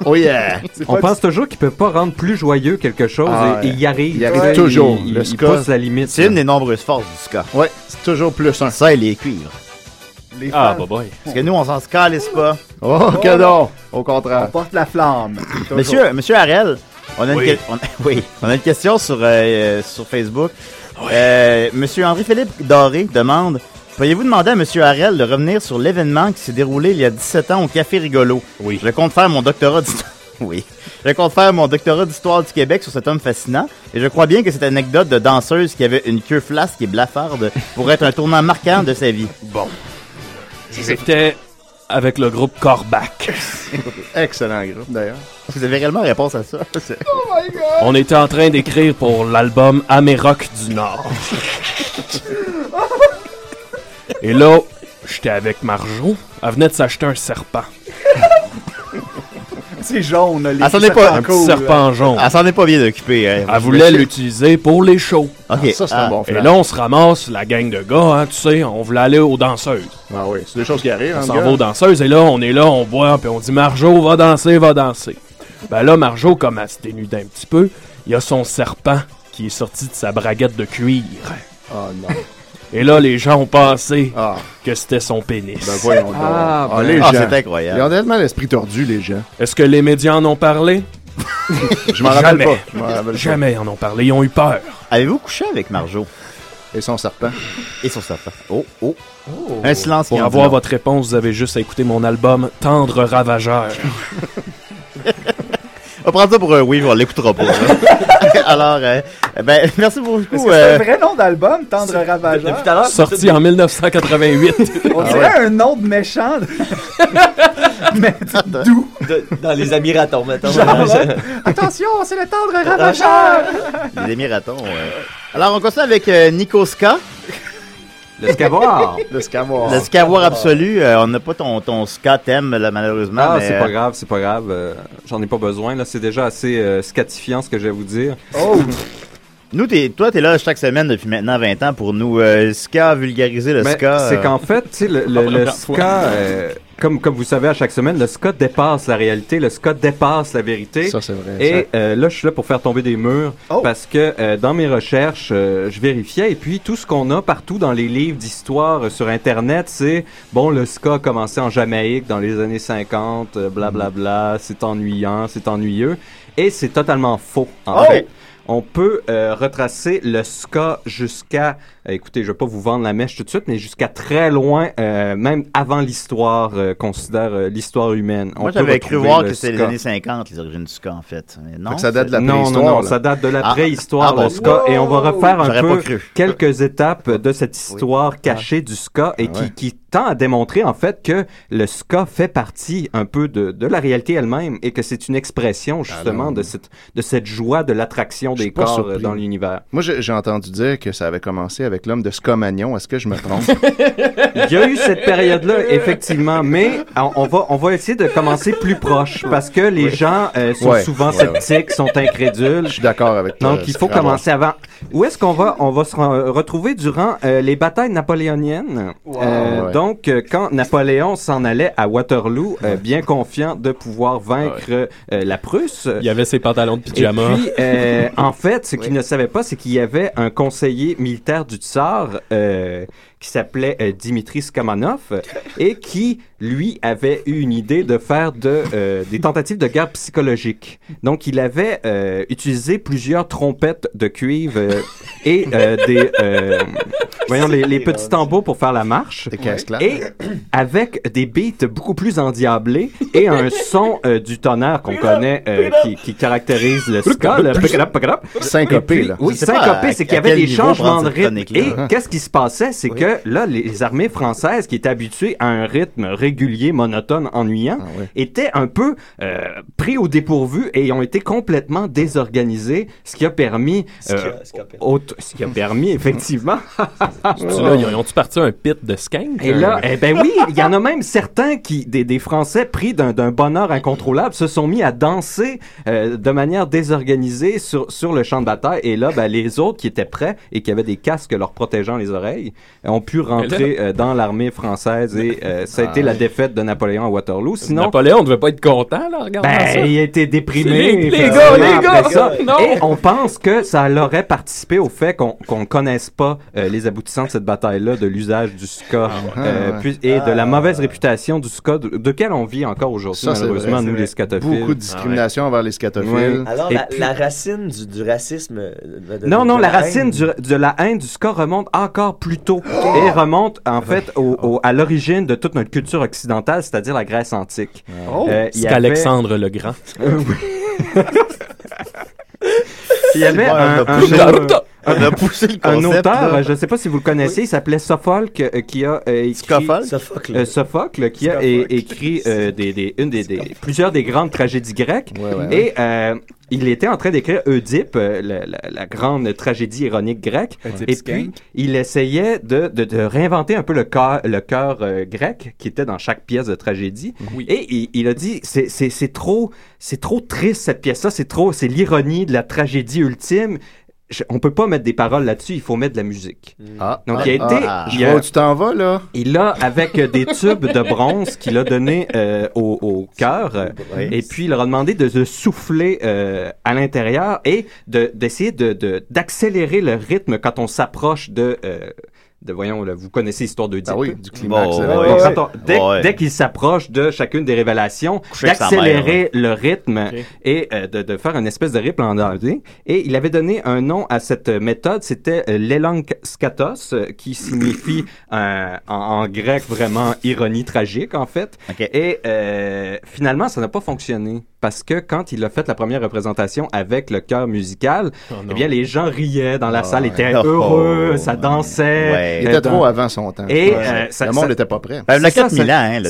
[SPEAKER 9] Oh yeah!
[SPEAKER 12] On pense toujours qu'il peut pas rendre plus joyeux quelque chose
[SPEAKER 9] Ah,
[SPEAKER 12] et et il y arrive.
[SPEAKER 9] il arrive
[SPEAKER 12] Tu sais,
[SPEAKER 9] toujours.
[SPEAKER 12] il-
[SPEAKER 9] Le
[SPEAKER 12] il
[SPEAKER 9] ska-
[SPEAKER 12] pousse la limite.
[SPEAKER 8] C'est une des nombreuses forces du ska.
[SPEAKER 9] Ouais, c'est toujours plus un.
[SPEAKER 8] Ça et les cuivres.
[SPEAKER 11] Les
[SPEAKER 8] Ah,
[SPEAKER 13] bah,
[SPEAKER 11] fans.
[SPEAKER 8] Parce que nous, on s'en scalisse pas.
[SPEAKER 9] Oh, que non! Au contraire.
[SPEAKER 11] On porte la flamme. Toujours.
[SPEAKER 8] Monsieur, monsieur Harel, on a,
[SPEAKER 11] Oui.
[SPEAKER 8] Une que- on, a- oui, on a une question sur, euh, sur Facebook. Euh, monsieur André-Philippe Doré demande Pourriez-vous demander à Monsieur Harel de revenir sur l'événement qui s'est déroulé il y a 17 ans au Café Rigolo Oui. Je compte faire mon doctorat d'histoire. Oui. Je compte faire mon doctorat d'histoire du Québec sur cet homme fascinant et je crois bien que cette anecdote de danseuse qui avait une queue flasque et blafarde pourrait être un tournant marquant de sa vie. Bon.
[SPEAKER 13] C'était avec le groupe Corbac.
[SPEAKER 9] Excellent groupe, d'ailleurs.
[SPEAKER 8] Vous avez réellement réponse à ça C'est-
[SPEAKER 14] Oh
[SPEAKER 13] On était en train d'écrire pour l'album Améroc du Nord. Et là, j'étais avec Marjo. Elle venait de s'acheter un serpent.
[SPEAKER 11] C'est jaune, les
[SPEAKER 13] Ah,
[SPEAKER 8] Elle s'en est Ah, pas
[SPEAKER 13] Un petit
[SPEAKER 11] hein.
[SPEAKER 13] serpent jaune.
[SPEAKER 9] Ah,
[SPEAKER 8] Elle s'en est pas bien occupée. hein.
[SPEAKER 13] Elle voulait l'utiliser pour les shows.
[SPEAKER 8] Ok. Ça, c'est un Ah. bon
[SPEAKER 13] Et
[SPEAKER 8] flash.
[SPEAKER 13] là, on se ramasse, la gang de gars, hein, tu sais, on voulait aller aux danseuses.
[SPEAKER 9] Ah oui, c'est des choses qui arrivent.
[SPEAKER 13] On
[SPEAKER 9] hein,
[SPEAKER 13] s'en
[SPEAKER 9] gars.
[SPEAKER 13] va aux danseuses et là, on est là, on boit, puis on dit Marjo, va danser, va danser. Ben là, Marjo, comme elle se dénude un petit peu, il y a son serpent qui est sorti de sa braguette de cuir.
[SPEAKER 9] Oh non. Ah.
[SPEAKER 13] Et là, les gens ont pensé que c'était son pénis.
[SPEAKER 9] Ben voyons donc. Ah, Ah, ben. les gens. Ils ont tellement l'esprit tordu, les gens.
[SPEAKER 13] Est-ce que les médias en ont parlé?
[SPEAKER 9] Je m'en rappelle
[SPEAKER 13] Jamais.
[SPEAKER 9] pas. Je m'en rappelle pas.
[SPEAKER 13] Jamais ils en ont parlé. Ils ont eu peur.
[SPEAKER 8] Avez-vous couché avec Marjo?
[SPEAKER 9] Et son serpent.
[SPEAKER 8] Et son serpent. Oh, oh. Un silence
[SPEAKER 13] Pour
[SPEAKER 8] qui en dit
[SPEAKER 13] avoir
[SPEAKER 8] long.
[SPEAKER 13] votre réponse, vous avez juste à écouter mon album Tendre Ravageur.
[SPEAKER 8] On va prendre ça pour un oui, on l'écoutera pas. là. Alors, euh, ben, merci
[SPEAKER 11] Parce
[SPEAKER 8] beaucoup.
[SPEAKER 11] que c'est
[SPEAKER 8] euh,
[SPEAKER 11] un vrai nom d'album, Tendre Ravageur.
[SPEAKER 13] Sorti en 1988.
[SPEAKER 10] Ah
[SPEAKER 11] On
[SPEAKER 17] Ah
[SPEAKER 11] dirait un nom de méchant. Mais d'où?
[SPEAKER 17] Dans les Amiratons, mettons.
[SPEAKER 11] Genre, ouais. Attention, c'est le Tendre Ravageur!
[SPEAKER 8] Les Émiratons. euh. Alors, on continue avec euh, Nico Ska.
[SPEAKER 17] Le Scavoir.
[SPEAKER 9] Le Scavoir.
[SPEAKER 8] Le Skavoir absolu. Euh, on n'a pas ton, ton Ska thème, là, malheureusement.
[SPEAKER 17] Ah,
[SPEAKER 8] mais,
[SPEAKER 17] c'est
[SPEAKER 8] euh,
[SPEAKER 17] pas grave, c'est pas grave. euh, J'en ai pas besoin. Là, c'est déjà assez euh, scatifiant ce que je vais vous dire.
[SPEAKER 8] Oh! Nous, t'es- toi, t'es là chaque semaine depuis maintenant 20 ans pour nous euh, ska, vulgariser le
[SPEAKER 17] Mais
[SPEAKER 8] ska.
[SPEAKER 17] C'est
[SPEAKER 8] euh.
[SPEAKER 17] qu'en fait, tu sais, le,
[SPEAKER 9] Ah,
[SPEAKER 17] le-
[SPEAKER 8] Pas la
[SPEAKER 17] le
[SPEAKER 8] première fois.
[SPEAKER 17] ska, euh, comme, comme vous savez à chaque semaine, le ska dépasse la réalité, le ska dépasse la vérité.
[SPEAKER 9] Ça, c'est vrai,
[SPEAKER 17] Et
[SPEAKER 9] ça.
[SPEAKER 17] euh, là, je suis là pour faire tomber des murs
[SPEAKER 8] Oh!
[SPEAKER 17] parce que euh, dans mes recherches, euh, je vérifiais et puis tout ce qu'on a partout dans les livres d'histoire euh, sur Internet, c'est bon, le ska a commencé en Jamaïque dans les années 50, euh, blablabla, c'est ennuyant, c'est ennuyeux. Et c'est totalement faux, en
[SPEAKER 7] Oh!
[SPEAKER 17] fait. on peut euh, retracer le ska jusqu'à, euh, écoutez, je vais pas vous vendre la mèche tout de suite, mais jusqu'à très loin, euh, même avant l'histoire, euh, considère euh, l'histoire humaine. On
[SPEAKER 8] Moi,
[SPEAKER 17] peut
[SPEAKER 8] j'avais cru
[SPEAKER 17] retrouver
[SPEAKER 8] voir
[SPEAKER 17] le
[SPEAKER 8] que c'était les
[SPEAKER 17] ska.
[SPEAKER 8] années 50, les origines du ska, en fait. Mais non,
[SPEAKER 17] Fait que ça date de la
[SPEAKER 8] c'est-
[SPEAKER 17] préhistoire. Non, non, ça date de la
[SPEAKER 8] Ah,
[SPEAKER 17] préhistoire,
[SPEAKER 8] ah bon.
[SPEAKER 17] le ska. Et on va refaire un
[SPEAKER 8] J'aurais
[SPEAKER 17] peu
[SPEAKER 8] pas cru.
[SPEAKER 17] quelques étapes de cette histoire cachée du ska et qui, qui tend à démontrer, en fait, que le ska fait partie un peu de, de la réalité elle-même et que c'est une expression, justement, de cette, de cette joie de l'attraction des
[SPEAKER 9] pas
[SPEAKER 17] corps
[SPEAKER 9] surpris.
[SPEAKER 17] euh, dans l'univers.
[SPEAKER 9] Moi, j'ai j'ai entendu dire que ça avait commencé avec l'homme de Scomagnon. Est-ce que je me trompe?
[SPEAKER 17] Il y a eu cette période-là, effectivement, mais on, on va, on va essayer de commencer plus proche parce que les gens euh, sont
[SPEAKER 9] Ouais,
[SPEAKER 17] souvent
[SPEAKER 9] ouais, ouais.
[SPEAKER 17] sceptiques, sont incrédules. Je suis
[SPEAKER 9] d'accord avec toi,
[SPEAKER 17] Donc, il faut
[SPEAKER 9] Sarah.
[SPEAKER 17] commencer avant. Où est-ce qu'on va? On va se re- retrouver durant euh, les batailles napoléoniennes. Euh,
[SPEAKER 9] Ah, Ouais.
[SPEAKER 17] Donc, euh, quand Napoléon s'en allait à Waterloo, euh, bien confiant de pouvoir vaincre euh, la Prusse. Il avait ses pantalons de
[SPEAKER 14] pyjama.
[SPEAKER 17] Et puis, euh, en fait, ce qu'il ne savait pas, c'est qu'il y avait un conseiller militaire du tsar euh, qui s'appelait euh, Dimitri Skamanov et qui, lui, avait eu une idée de faire de, euh, des tentatives de guerre psychologique. Donc, il avait euh, utilisé plusieurs trompettes de cuivre euh, et euh, des... euh, voyons, les, les petits tambours pour faire la marche.
[SPEAKER 9] casse-claques.
[SPEAKER 17] Et avec des beats beaucoup plus endiablés et un son euh, du tonnerre qu'on connaît euh, qui, qui caractérise le ska, le pick-it-up, pick-it-up.
[SPEAKER 9] Syncopé,
[SPEAKER 17] Et puis,
[SPEAKER 9] là.
[SPEAKER 17] Oui,
[SPEAKER 9] Je sais pas à-
[SPEAKER 17] syncopé, c'est qu'il y
[SPEAKER 9] à
[SPEAKER 17] avait
[SPEAKER 9] quel
[SPEAKER 17] des
[SPEAKER 9] niveau
[SPEAKER 17] changements
[SPEAKER 9] prendre
[SPEAKER 17] de
[SPEAKER 9] cette
[SPEAKER 17] rythme. Et
[SPEAKER 9] tonique-là.
[SPEAKER 17] qu'est-ce qui se passait, c'est que là, les armées françaises qui étaient habituées à un rythme régulier, monotone, ennuyant,
[SPEAKER 14] Ah
[SPEAKER 17] étaient un peu euh, pris au dépourvu et ont été complètement désorganisées, ce qui a permis... euh, au- ce qui a permis, effectivement...
[SPEAKER 14] Là, ils ont- ils ont-tu parti un pit de skank?
[SPEAKER 17] Oh. Et là,
[SPEAKER 14] Euh,
[SPEAKER 17] eh ben oui, il y en a même certains qui, des, des Français pris d'un d'un bonheur incontrôlable, se sont mis à danser euh, de manière désorganisée sur, sur le champ de bataille. Et là, ben, les autres qui étaient prêts et qui avaient des casques leur protégeant les oreilles euh, ont pu rentrer euh, dans l'armée française. Et euh, ça a
[SPEAKER 14] Ah
[SPEAKER 17] été la
[SPEAKER 14] oui.
[SPEAKER 17] défaite de Napoléon à Waterloo. Sinon,
[SPEAKER 14] Napoléon devait pas être content, là, regarde ça.
[SPEAKER 17] ben, il était
[SPEAKER 14] Les-
[SPEAKER 17] déprimé.
[SPEAKER 14] les
[SPEAKER 17] effectivement,
[SPEAKER 14] gars, les
[SPEAKER 17] après
[SPEAKER 14] gars,
[SPEAKER 17] ça.
[SPEAKER 14] non.
[SPEAKER 17] Et on pense que ça l'aurait participé au fait qu'on qu'on connaisse pas euh, les aboutissants de cette bataille-là, de l'usage du ska euh,
[SPEAKER 9] Ah, ouais. Ah.
[SPEAKER 17] puis- et de la mauvaise réputation du ska, de, de quel on vit encore aujourd'hui,
[SPEAKER 9] Ça, c'est
[SPEAKER 17] malheureusement,
[SPEAKER 9] vrai, c'est
[SPEAKER 17] nous,
[SPEAKER 9] vrai.
[SPEAKER 17] les scatophiles.
[SPEAKER 9] Beaucoup de discrimination envers les scatophiles.
[SPEAKER 17] Oui.
[SPEAKER 10] Alors,
[SPEAKER 17] Et
[SPEAKER 10] la,
[SPEAKER 17] puis-
[SPEAKER 10] la racine du, du racisme. euh, de-
[SPEAKER 17] non,
[SPEAKER 10] de-
[SPEAKER 17] non,
[SPEAKER 10] de
[SPEAKER 17] la racine
[SPEAKER 10] haine.
[SPEAKER 17] du- de la haine du ska remonte encore plus tôt et remonte en fait au- au- à l'origine de toute notre culture occidentale, c'est-à-dire la Grèce antique. Euh,
[SPEAKER 14] Oh.
[SPEAKER 17] il y
[SPEAKER 14] C'est
[SPEAKER 17] avait-
[SPEAKER 14] qu'Alexandre le Grand.
[SPEAKER 17] Euh, oui. Il y avait
[SPEAKER 14] Ouais, on
[SPEAKER 17] un,
[SPEAKER 14] a
[SPEAKER 17] un-
[SPEAKER 14] poussé-
[SPEAKER 17] un-
[SPEAKER 8] on a poussé le
[SPEAKER 17] un
[SPEAKER 8] concept,
[SPEAKER 17] auteur,
[SPEAKER 8] là.
[SPEAKER 17] je ne sais pas si vous le connaissez, il s'appelait Sophocle, euh, qui a euh, écrit...
[SPEAKER 8] Sophocle? Sophocle.
[SPEAKER 17] Euh, Sophocle, qui a é- écrit euh, des, des- une des, des- plusieurs des grandes tragédies grecques.
[SPEAKER 9] ouais.
[SPEAKER 17] Et euh, il était en train d'écrire Oedipe, euh, la, la- la grande tragédie ironique grecque.
[SPEAKER 11] Oedipe
[SPEAKER 17] Et
[SPEAKER 11] Skank.
[SPEAKER 17] puis, il essayait de, de- de réinventer un peu le cœur, le cœur euh, grec qui était dans chaque pièce de tragédie. Et il, il a dit c'est- c'est c'est trop, c'est trop triste cette pièce-là, c'est trop, c'est l'ironie de la tragédie ultime. Je- on peut pas mettre des paroles là-dessus, il faut mettre de la musique. Donc il a
[SPEAKER 9] Ah,
[SPEAKER 17] été,
[SPEAKER 9] ah,
[SPEAKER 17] il
[SPEAKER 9] je
[SPEAKER 17] a-
[SPEAKER 9] vois où tu t'en vas, là.
[SPEAKER 17] il a, avec euh, des tubes de bronze qu'il a donné euh, au, au cœur, euh, et puis il leur a demandé de, de souffler euh, à l'intérieur et de- d'essayer de- de- d'accélérer le rythme quand on s'approche de... euh, de, voyons, là, vous connaissez l'histoire de
[SPEAKER 9] Ah oui, du climax,
[SPEAKER 17] Bon,
[SPEAKER 9] là,
[SPEAKER 17] ouais,
[SPEAKER 9] oui.
[SPEAKER 17] quand on- dès
[SPEAKER 9] Ouais.
[SPEAKER 17] dès qu'il s'approche de chacune des révélations,
[SPEAKER 9] Coucher avec sa
[SPEAKER 17] d'accélérer le rythme et euh, de, de faire une espèce de rythme en danger. Et il avait donné un nom à cette méthode, c'était euh, l'élankatos, euh, qui signifie euh, en, en grec vraiment ironie tragique en fait. Et euh, finalement, ça n'a pas fonctionné parce que quand il a fait la première représentation avec le chœur musical, eh bien les gens riaient
[SPEAKER 9] Ah
[SPEAKER 17] dans la salle, étaient
[SPEAKER 9] non.
[SPEAKER 17] heureux, ça dansait.
[SPEAKER 9] Ouais. Il
[SPEAKER 17] Euh,
[SPEAKER 9] était
[SPEAKER 17] dans-
[SPEAKER 9] trop avant son temps.
[SPEAKER 17] Et
[SPEAKER 9] Ouais.
[SPEAKER 17] euh, ça-
[SPEAKER 9] Ben, le monde
[SPEAKER 17] ça-
[SPEAKER 9] n'était pas prêt.
[SPEAKER 17] c'est ça, ça-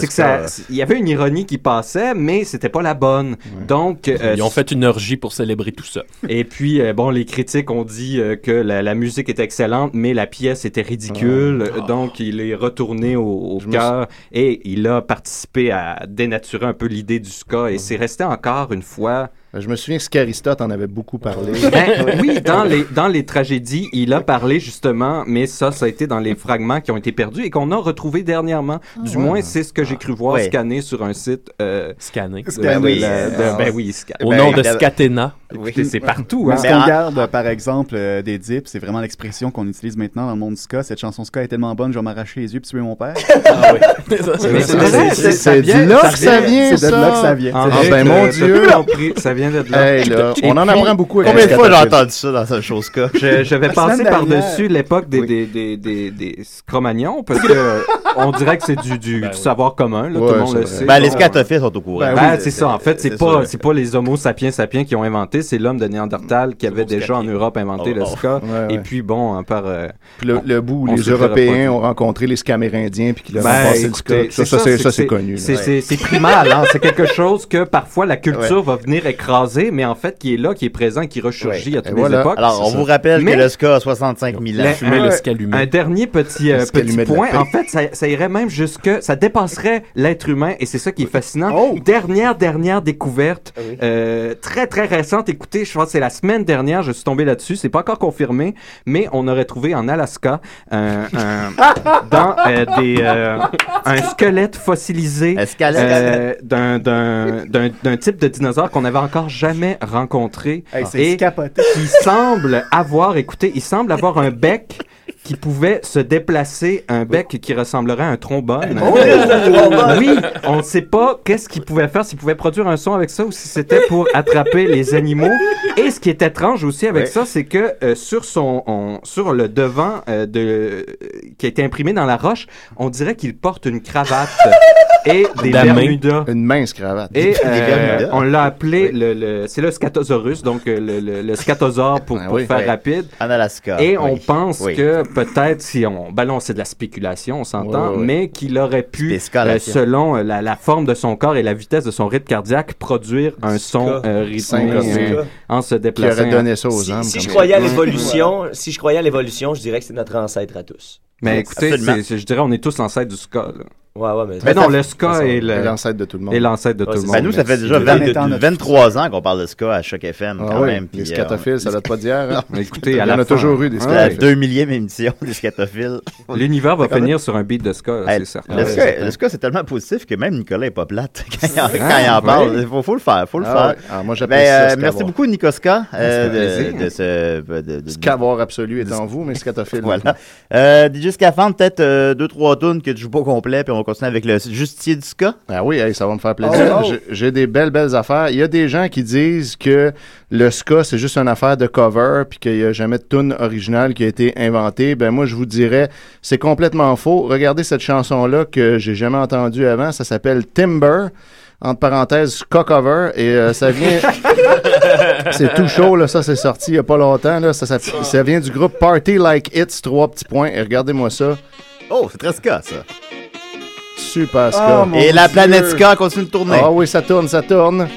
[SPEAKER 17] c'est que ça- il y avait une ironie qui passait, mais c'était pas la bonne. Donc, euh,
[SPEAKER 14] Ils ont fait une orgie pour célébrer tout ça.
[SPEAKER 17] Et puis, euh, bon, les critiques ont dit euh, que la, la musique était excellente, mais la pièce était ridicule. Euh, Donc, il est retourné au, au cœur et il a participé à dénaturer un peu l'idée du ska. Et c'est resté encore une fois.
[SPEAKER 9] Je me souviens que Scaristote en avait beaucoup parlé.
[SPEAKER 17] Ben, oui, dans les, dans les tragédies, il a parlé justement, mais ça, ça a été dans les fragments qui ont été perdus et qu'on a retrouvé dernièrement. Du
[SPEAKER 9] Ah.
[SPEAKER 17] moins, c'est ce que j'ai cru voir
[SPEAKER 9] Ouais.
[SPEAKER 17] scanné sur un site. euh,
[SPEAKER 14] scanné.
[SPEAKER 11] Scanné.
[SPEAKER 17] la- de-
[SPEAKER 11] Ah.
[SPEAKER 17] ben oui, scan-
[SPEAKER 14] Au
[SPEAKER 17] ben,
[SPEAKER 14] nom de
[SPEAKER 17] la-
[SPEAKER 14] Scatena.
[SPEAKER 17] Écoutez, c'est partout.
[SPEAKER 11] Mais
[SPEAKER 17] hein.
[SPEAKER 11] si on regarde, euh, par exemple, euh, des dips, c'est vraiment l'expression qu'on utilise maintenant dans le monde du ska. Cette chanson ska est tellement bonne, je vais m'arracher les yeux puis tuer mon père. Ah oui.
[SPEAKER 17] Mais c'est vrai, c'est- ça vient-
[SPEAKER 9] de là que ça vient,
[SPEAKER 11] C'est de là que ça
[SPEAKER 9] ça.
[SPEAKER 11] vient.
[SPEAKER 9] Ah,
[SPEAKER 11] C'est vrai
[SPEAKER 9] ben,
[SPEAKER 11] que
[SPEAKER 9] mon
[SPEAKER 11] t'as
[SPEAKER 9] Dieu.
[SPEAKER 11] tout
[SPEAKER 17] compris, ça vient de là.
[SPEAKER 8] Hey, là,
[SPEAKER 17] Et
[SPEAKER 8] on en
[SPEAKER 17] puis-
[SPEAKER 8] apprend beaucoup. avec
[SPEAKER 17] Combien de fois j'ai entendu
[SPEAKER 8] ça dans cette chose cas?
[SPEAKER 17] Je, je vais
[SPEAKER 8] La
[SPEAKER 17] passer
[SPEAKER 8] semaine dernière.
[SPEAKER 17] par-dessus l'époque des, des, des, des, des Scromagnons, parce que euh, on dirait que c'est du, du,
[SPEAKER 13] Ben
[SPEAKER 17] du savoir commun, là,
[SPEAKER 8] Ouais,
[SPEAKER 17] tout le monde
[SPEAKER 8] c'est
[SPEAKER 17] le
[SPEAKER 8] vrai.
[SPEAKER 17] sait.
[SPEAKER 8] Ben, les
[SPEAKER 17] Bon,
[SPEAKER 8] scatophiles sont au courant.
[SPEAKER 17] Ben,
[SPEAKER 8] Ben oui,
[SPEAKER 17] c'est ça, en fait, c'est
[SPEAKER 8] c'est
[SPEAKER 17] pas,
[SPEAKER 8] sûr.
[SPEAKER 17] c'est pas les Homo sapiens sapiens qui ont inventé, c'est l'homme de Néandertal qui avait déjà en Europe inventé
[SPEAKER 9] Oh,
[SPEAKER 17] le
[SPEAKER 9] oh.
[SPEAKER 17] ska,
[SPEAKER 9] Ouais, ouais.
[SPEAKER 17] et puis bon, hein, par... euh,
[SPEAKER 9] Le, le bout où
[SPEAKER 17] on
[SPEAKER 9] les
[SPEAKER 17] se le fera
[SPEAKER 9] Européens
[SPEAKER 17] pas.
[SPEAKER 9] ont rencontré les Scamérindiens puis qu'ils leur ont
[SPEAKER 17] Ben,
[SPEAKER 9] passé le
[SPEAKER 17] écoutez,
[SPEAKER 9] scotch. Ça, ça, c'est- ça, c'est
[SPEAKER 17] que
[SPEAKER 9] connu. là.
[SPEAKER 17] C'est c'est- c'est primal, hein. c'est quelque chose que parfois la culture va venir écraser, mais en fait qui est là, qui est présent, qui ressurgit
[SPEAKER 8] Ouais.
[SPEAKER 17] à toutes
[SPEAKER 8] Et
[SPEAKER 17] les
[SPEAKER 8] voilà.
[SPEAKER 17] époques.
[SPEAKER 8] Alors, on
[SPEAKER 17] C'est
[SPEAKER 8] vous
[SPEAKER 17] ça.
[SPEAKER 8] rappelle
[SPEAKER 17] Mais-
[SPEAKER 8] que le ska a 65 000 ans.
[SPEAKER 17] La- un, un dernier petit, euh,
[SPEAKER 8] Le
[SPEAKER 17] petit
[SPEAKER 8] scalumet de la
[SPEAKER 17] point.
[SPEAKER 8] paix.
[SPEAKER 17] En fait, ça, ça irait même jusque. Ça dépasserait l'être humain et c'est ça qui est fascinant.
[SPEAKER 8] Oh!
[SPEAKER 17] Dernière, dernière découverte.
[SPEAKER 8] Ah
[SPEAKER 17] euh, très, très récente. Écoutez, je pense que c'est la semaine dernière. Je suis tombé là-dessus. C'est pas encore confirmé, mais on aurait trouvé en Alaska euh, un- dans euh, des, euh, un squelette fossilisé
[SPEAKER 8] squelette.
[SPEAKER 17] euh, d'un- d'un d'un- d'un type de dinosaure qu'on n'avait encore jamais rencontré
[SPEAKER 11] Hey, c'est
[SPEAKER 17] et qui semble avoir, écoutez, il semble avoir un bec qui pouvait se déplacer, un bec qui ressemblerait à un trombone.
[SPEAKER 7] Oh! Un trombone!
[SPEAKER 17] oui, on ne sait pas qu'est-ce qu'il pouvait faire, s'il pouvait produire un son avec ça ou si c'était pour attraper les animaux. Et ce qui est étrange aussi avec
[SPEAKER 8] Ouais.
[SPEAKER 17] ça, c'est que euh, sur son, on- sur le devant euh, de, qui a été imprimé dans la roche, on dirait qu'il porte une cravate et des
[SPEAKER 9] La main.
[SPEAKER 17] Bermudas.
[SPEAKER 9] Une mince cravate.
[SPEAKER 17] Et
[SPEAKER 9] Des
[SPEAKER 17] euh,
[SPEAKER 9] Bermudas.
[SPEAKER 17] on l'a appelé le, le- c'est le scatosaurus, donc euh, le, le, le scatosaure pour, pour
[SPEAKER 8] Ah oui.
[SPEAKER 17] faire
[SPEAKER 8] Oui.
[SPEAKER 17] rapide.
[SPEAKER 8] En Alaska.
[SPEAKER 17] Et
[SPEAKER 8] oui.
[SPEAKER 17] on pense
[SPEAKER 8] Oui.
[SPEAKER 17] que peut-être si on balance c'est de la spéculation, on s'entend,
[SPEAKER 8] Oui, oui, oui.
[SPEAKER 17] mais qu'il aurait pu, euh,
[SPEAKER 8] Spéculation.
[SPEAKER 17] selon euh, la, la forme de son corps et la vitesse de son rythme cardiaque, produire un son euh, rythmé
[SPEAKER 9] Syncope.
[SPEAKER 17] euh, en se déplaçant.
[SPEAKER 10] si, Si je croyais à l'évolution, si je croyais à l'évolution, je dirais que c'est notre ancêtre à tous.
[SPEAKER 17] Mais écoutez, c'est- c'est- je dirais on est tous l'ancêtre du ska. là.
[SPEAKER 10] Ouais, ouais, mais-
[SPEAKER 17] non,
[SPEAKER 10] Mais
[SPEAKER 17] le
[SPEAKER 10] ça-
[SPEAKER 17] ska est le-
[SPEAKER 10] est l'ancêtre de tout le monde.
[SPEAKER 17] est l'ancêtre de tout le monde.
[SPEAKER 8] Ben, nous, ça fait déjà
[SPEAKER 17] Merci.
[SPEAKER 8] 20 23 ans qu'on parle de ska à Choc FM,
[SPEAKER 9] Ah
[SPEAKER 8] quand
[SPEAKER 9] oui,
[SPEAKER 8] même.
[SPEAKER 9] les
[SPEAKER 8] puis, euh,
[SPEAKER 9] scatophiles,
[SPEAKER 8] on-
[SPEAKER 9] ça date pas d'hier, hein.
[SPEAKER 8] Non.
[SPEAKER 9] Écoutez, Il y à en la a fin. toujours eu des
[SPEAKER 8] Ouais.
[SPEAKER 9] scatophiles.
[SPEAKER 8] La deux millième émission des scatophiles.
[SPEAKER 17] L'univers va
[SPEAKER 8] C'est quand même-
[SPEAKER 17] finir sur un beat de ska, là,
[SPEAKER 8] Hey,
[SPEAKER 17] c'est certain.
[SPEAKER 9] Ah
[SPEAKER 8] Le
[SPEAKER 17] Ouais,
[SPEAKER 8] ska,
[SPEAKER 17] c'est certain.
[SPEAKER 8] le ska, c'est tellement positif que même Nicolas est pas plate quand il en,
[SPEAKER 17] Ah,
[SPEAKER 8] quand il en
[SPEAKER 17] oui.
[SPEAKER 8] parle. Il faut, faut le faire, faut le
[SPEAKER 9] Ah,
[SPEAKER 8] faire.
[SPEAKER 9] ouais. Ah, moi, j'appelle
[SPEAKER 8] Ben,
[SPEAKER 9] ça
[SPEAKER 8] euh,
[SPEAKER 9] Scaboire.
[SPEAKER 8] Merci beaucoup, Nicolas Ska, euh,
[SPEAKER 9] Ça fait
[SPEAKER 8] de-
[SPEAKER 9] plaisir.
[SPEAKER 8] de ce... de- de-
[SPEAKER 9] Scavoir absolu est en vous, mais scatophile.
[SPEAKER 8] Voilà. Euh, DJ Scafandre, peut-être euh, deux, trois tunes que tu joues pas au complet, puis on continue avec le Justier du Ska.
[SPEAKER 9] Ah oui, hey, ça va me faire plaisir.
[SPEAKER 8] Oh, oh.
[SPEAKER 9] J'ai- J'ai des belles, belles affaires. Il y a des gens qui disent que le ska, c'est juste une affaire de cover, puis qu'il n'y a jamais de tune originale qui a été inventée. Ben moi, je vous dirais, c'est complètement faux. Regardez cette chanson-là que j'ai jamais entendue avant. Ça s'appelle Timber. Entre parenthèses, ska cover, et euh, ça vient. c'est tout chaud, là. Ça, c'est sorti il n'y a pas longtemps, là. Ça, ça, ça vient du groupe Party Like It's, trois petits points. Et regardez-moi ça.
[SPEAKER 8] Oh, c'est très Ska, ça.
[SPEAKER 9] Super
[SPEAKER 8] Ah,
[SPEAKER 9] Ska.
[SPEAKER 8] mon Et la Dieu. planète Ska continue de tourner.
[SPEAKER 9] Ah oui, ça tourne, ça tourne.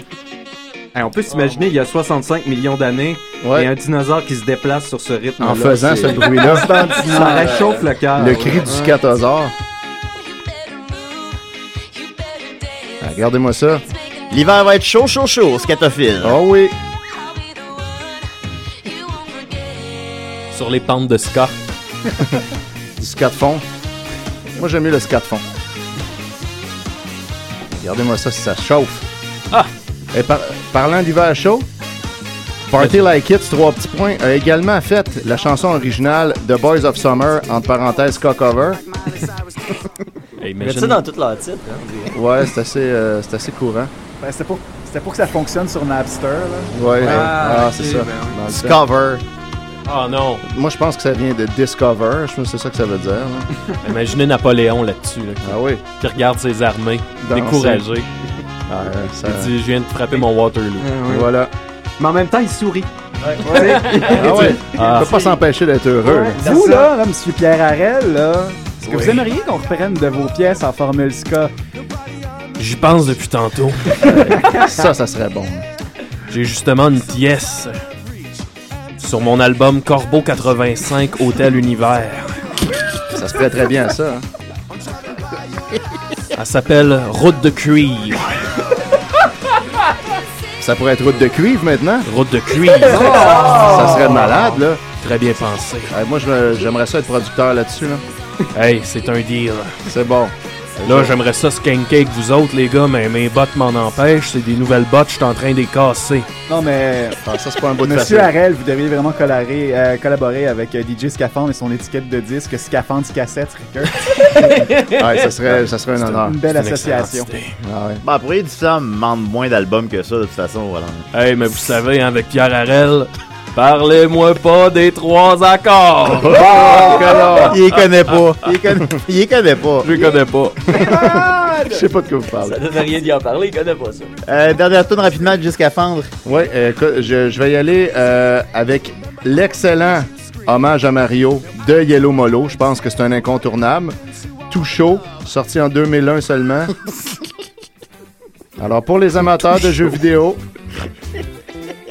[SPEAKER 17] Hey, on peut s'imaginer, il y a 65 millions d'années,
[SPEAKER 9] Ouais.
[SPEAKER 17] et un dinosaure qui se déplace sur ce rythme
[SPEAKER 9] En faisant ce bruit-là.
[SPEAKER 17] ça réchauffe le cœur.
[SPEAKER 9] Le cri du scatosaure. Ah, Regardez-moi ça.
[SPEAKER 8] L'hiver va être chaud, chaud, chaud, scatophile.
[SPEAKER 9] Oh oui.
[SPEAKER 13] Sur les pentes de ska.
[SPEAKER 9] Du ska de fond. Moi, j'aime mieux le ska de fond. Regardez-moi ça, ça chauffe. Ah! Et par- parlant d'hiver chaud, Party Like It's, trois petits points, a également fait la chanson originale The Boys of Summer, entre parenthèses, ska cover.
[SPEAKER 10] Mais ça dans toute leur titre. hein, on dirait.
[SPEAKER 9] Ouais, c'est assez, euh, c'est assez courant.
[SPEAKER 11] Ben, c'était pour, c'était pour que ça fonctionne sur Napster. Là.
[SPEAKER 9] Ouais, ah,
[SPEAKER 11] ok,
[SPEAKER 9] c'est ça.
[SPEAKER 11] ben
[SPEAKER 9] Dans le
[SPEAKER 11] oui.
[SPEAKER 9] temps.
[SPEAKER 13] Oh non!
[SPEAKER 9] Moi, je pense que ça vient de Discover. Je pense que c'est ça que ça veut dire. hein. Ah là.
[SPEAKER 13] Imaginez Napoléon là-dessus. là, qui, qui regarde ses armées,
[SPEAKER 9] Danser.
[SPEAKER 13] découragé.
[SPEAKER 9] Ah, ouais, ça-
[SPEAKER 13] Il dit Je viens de frapper mon Waterloo.
[SPEAKER 17] Ah,
[SPEAKER 9] ouais. Voilà.
[SPEAKER 17] Mais en même temps, il sourit.
[SPEAKER 9] Ah ouais. On peut pas s'empêcher d'être heureux.
[SPEAKER 11] Ouais,
[SPEAKER 9] là.
[SPEAKER 11] Vous, là, là, monsieur Pierre Harel, là, est-ce que
[SPEAKER 13] Oui.
[SPEAKER 11] vous aimeriez qu'on reprenne de vos pièces en formule ska?
[SPEAKER 13] J'y pense depuis tantôt.
[SPEAKER 9] ça, ça serait bon.
[SPEAKER 13] J'ai justement une pièce sur mon album Corbeau 85 Hôtel Univers.
[SPEAKER 9] Ça se prête très bien à ça. hein.
[SPEAKER 13] Elle s'appelle Route de cuivre.
[SPEAKER 9] Ça pourrait être route de cuivre maintenant.
[SPEAKER 13] Route de cuivre.
[SPEAKER 10] Oh!
[SPEAKER 9] ça serait malade, là.
[SPEAKER 13] Très bien pensé.
[SPEAKER 9] moi, je me- j'aimerais ça être producteur là-dessus. Là.
[SPEAKER 13] Hey, c'est un deal.
[SPEAKER 9] C'est bon.
[SPEAKER 13] Là, j'aimerais ça skanker avec vous autres, les gars, mais mes bottes m'en empêchent. C'est des nouvelles bottes, je suis en train de les casser.
[SPEAKER 11] Non, mais.
[SPEAKER 9] ah, ça, c'est pas un bout de
[SPEAKER 11] Monsieur
[SPEAKER 9] facile.
[SPEAKER 11] Harel, vous devriez vraiment collaborer, euh, collaborer avec euh, DJ Scaphandre et son étiquette de disque Scaphandre Cassette Records.
[SPEAKER 9] Ouais, ça serait, ça serait un honneur.
[SPEAKER 11] une belle association.
[SPEAKER 9] Ah ouais.
[SPEAKER 8] Bah, pour rien du temps, vendre moins d'albums que ça, de toute façon, voilà.
[SPEAKER 13] Hey, mais vous savez, hein, avec Pierre Harel, parlez-moi pas des trois accords.
[SPEAKER 9] Oh,
[SPEAKER 8] Il les connaît pas. Oh! Il les connaît, il les connaît pas.
[SPEAKER 13] Je les connais pas.
[SPEAKER 9] Je sais pas de quoi vous parlez.
[SPEAKER 10] Ça donne à rien d'y en parler, il connaît pas ça.
[SPEAKER 8] Euh, dernière tourne rapidement jusqu'à fendre.
[SPEAKER 9] Ouais, euh, écoute, je, je vais y aller euh, avec l'excellent hommage à Mario de Yellow Molo. Je pense que c'est un incontournable. Tout chaud, sorti en 2001 seulement. Alors, pour les amateurs de jeux vidéo,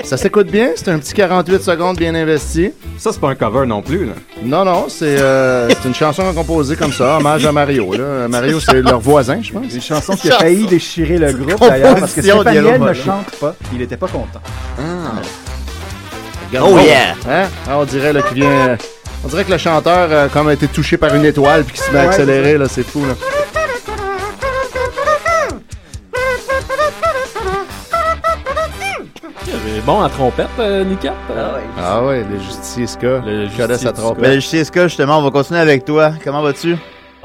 [SPEAKER 9] ça s'écoute bien. C'est un petit 48 secondes bien investi.
[SPEAKER 17] Ça, c'est pas un cover non plus. Là.
[SPEAKER 9] Non, non, c'est euh, c'est une chanson composée comme ça, hommage à Mario. là. Mario, c'est leur voisin, je pense.
[SPEAKER 11] Une chanson qui a failli déchirer le groupe d'ailleurs parce que
[SPEAKER 9] Composition
[SPEAKER 11] Stéphaniel
[SPEAKER 9] d'Yellow
[SPEAKER 11] ne
[SPEAKER 9] Molo.
[SPEAKER 11] chante pas. Il était pas content.
[SPEAKER 9] Ah. Regarde
[SPEAKER 11] Oh
[SPEAKER 9] donc.
[SPEAKER 11] yeah!
[SPEAKER 9] Hein? Ah, on dirait là, qu'il vient. On dirait que le chanteur euh, comme a été touché par une étoile puis qu'il se met à accélérer là, c'est fou là.
[SPEAKER 13] Mais Bon, à trompette, euh, Nicap. euh.
[SPEAKER 9] Ah ouais, le justicier Ska. Le connais sa trompe.
[SPEAKER 8] Ben, je sais ce que justement, on va continuer avec toi. Comment vas-tu?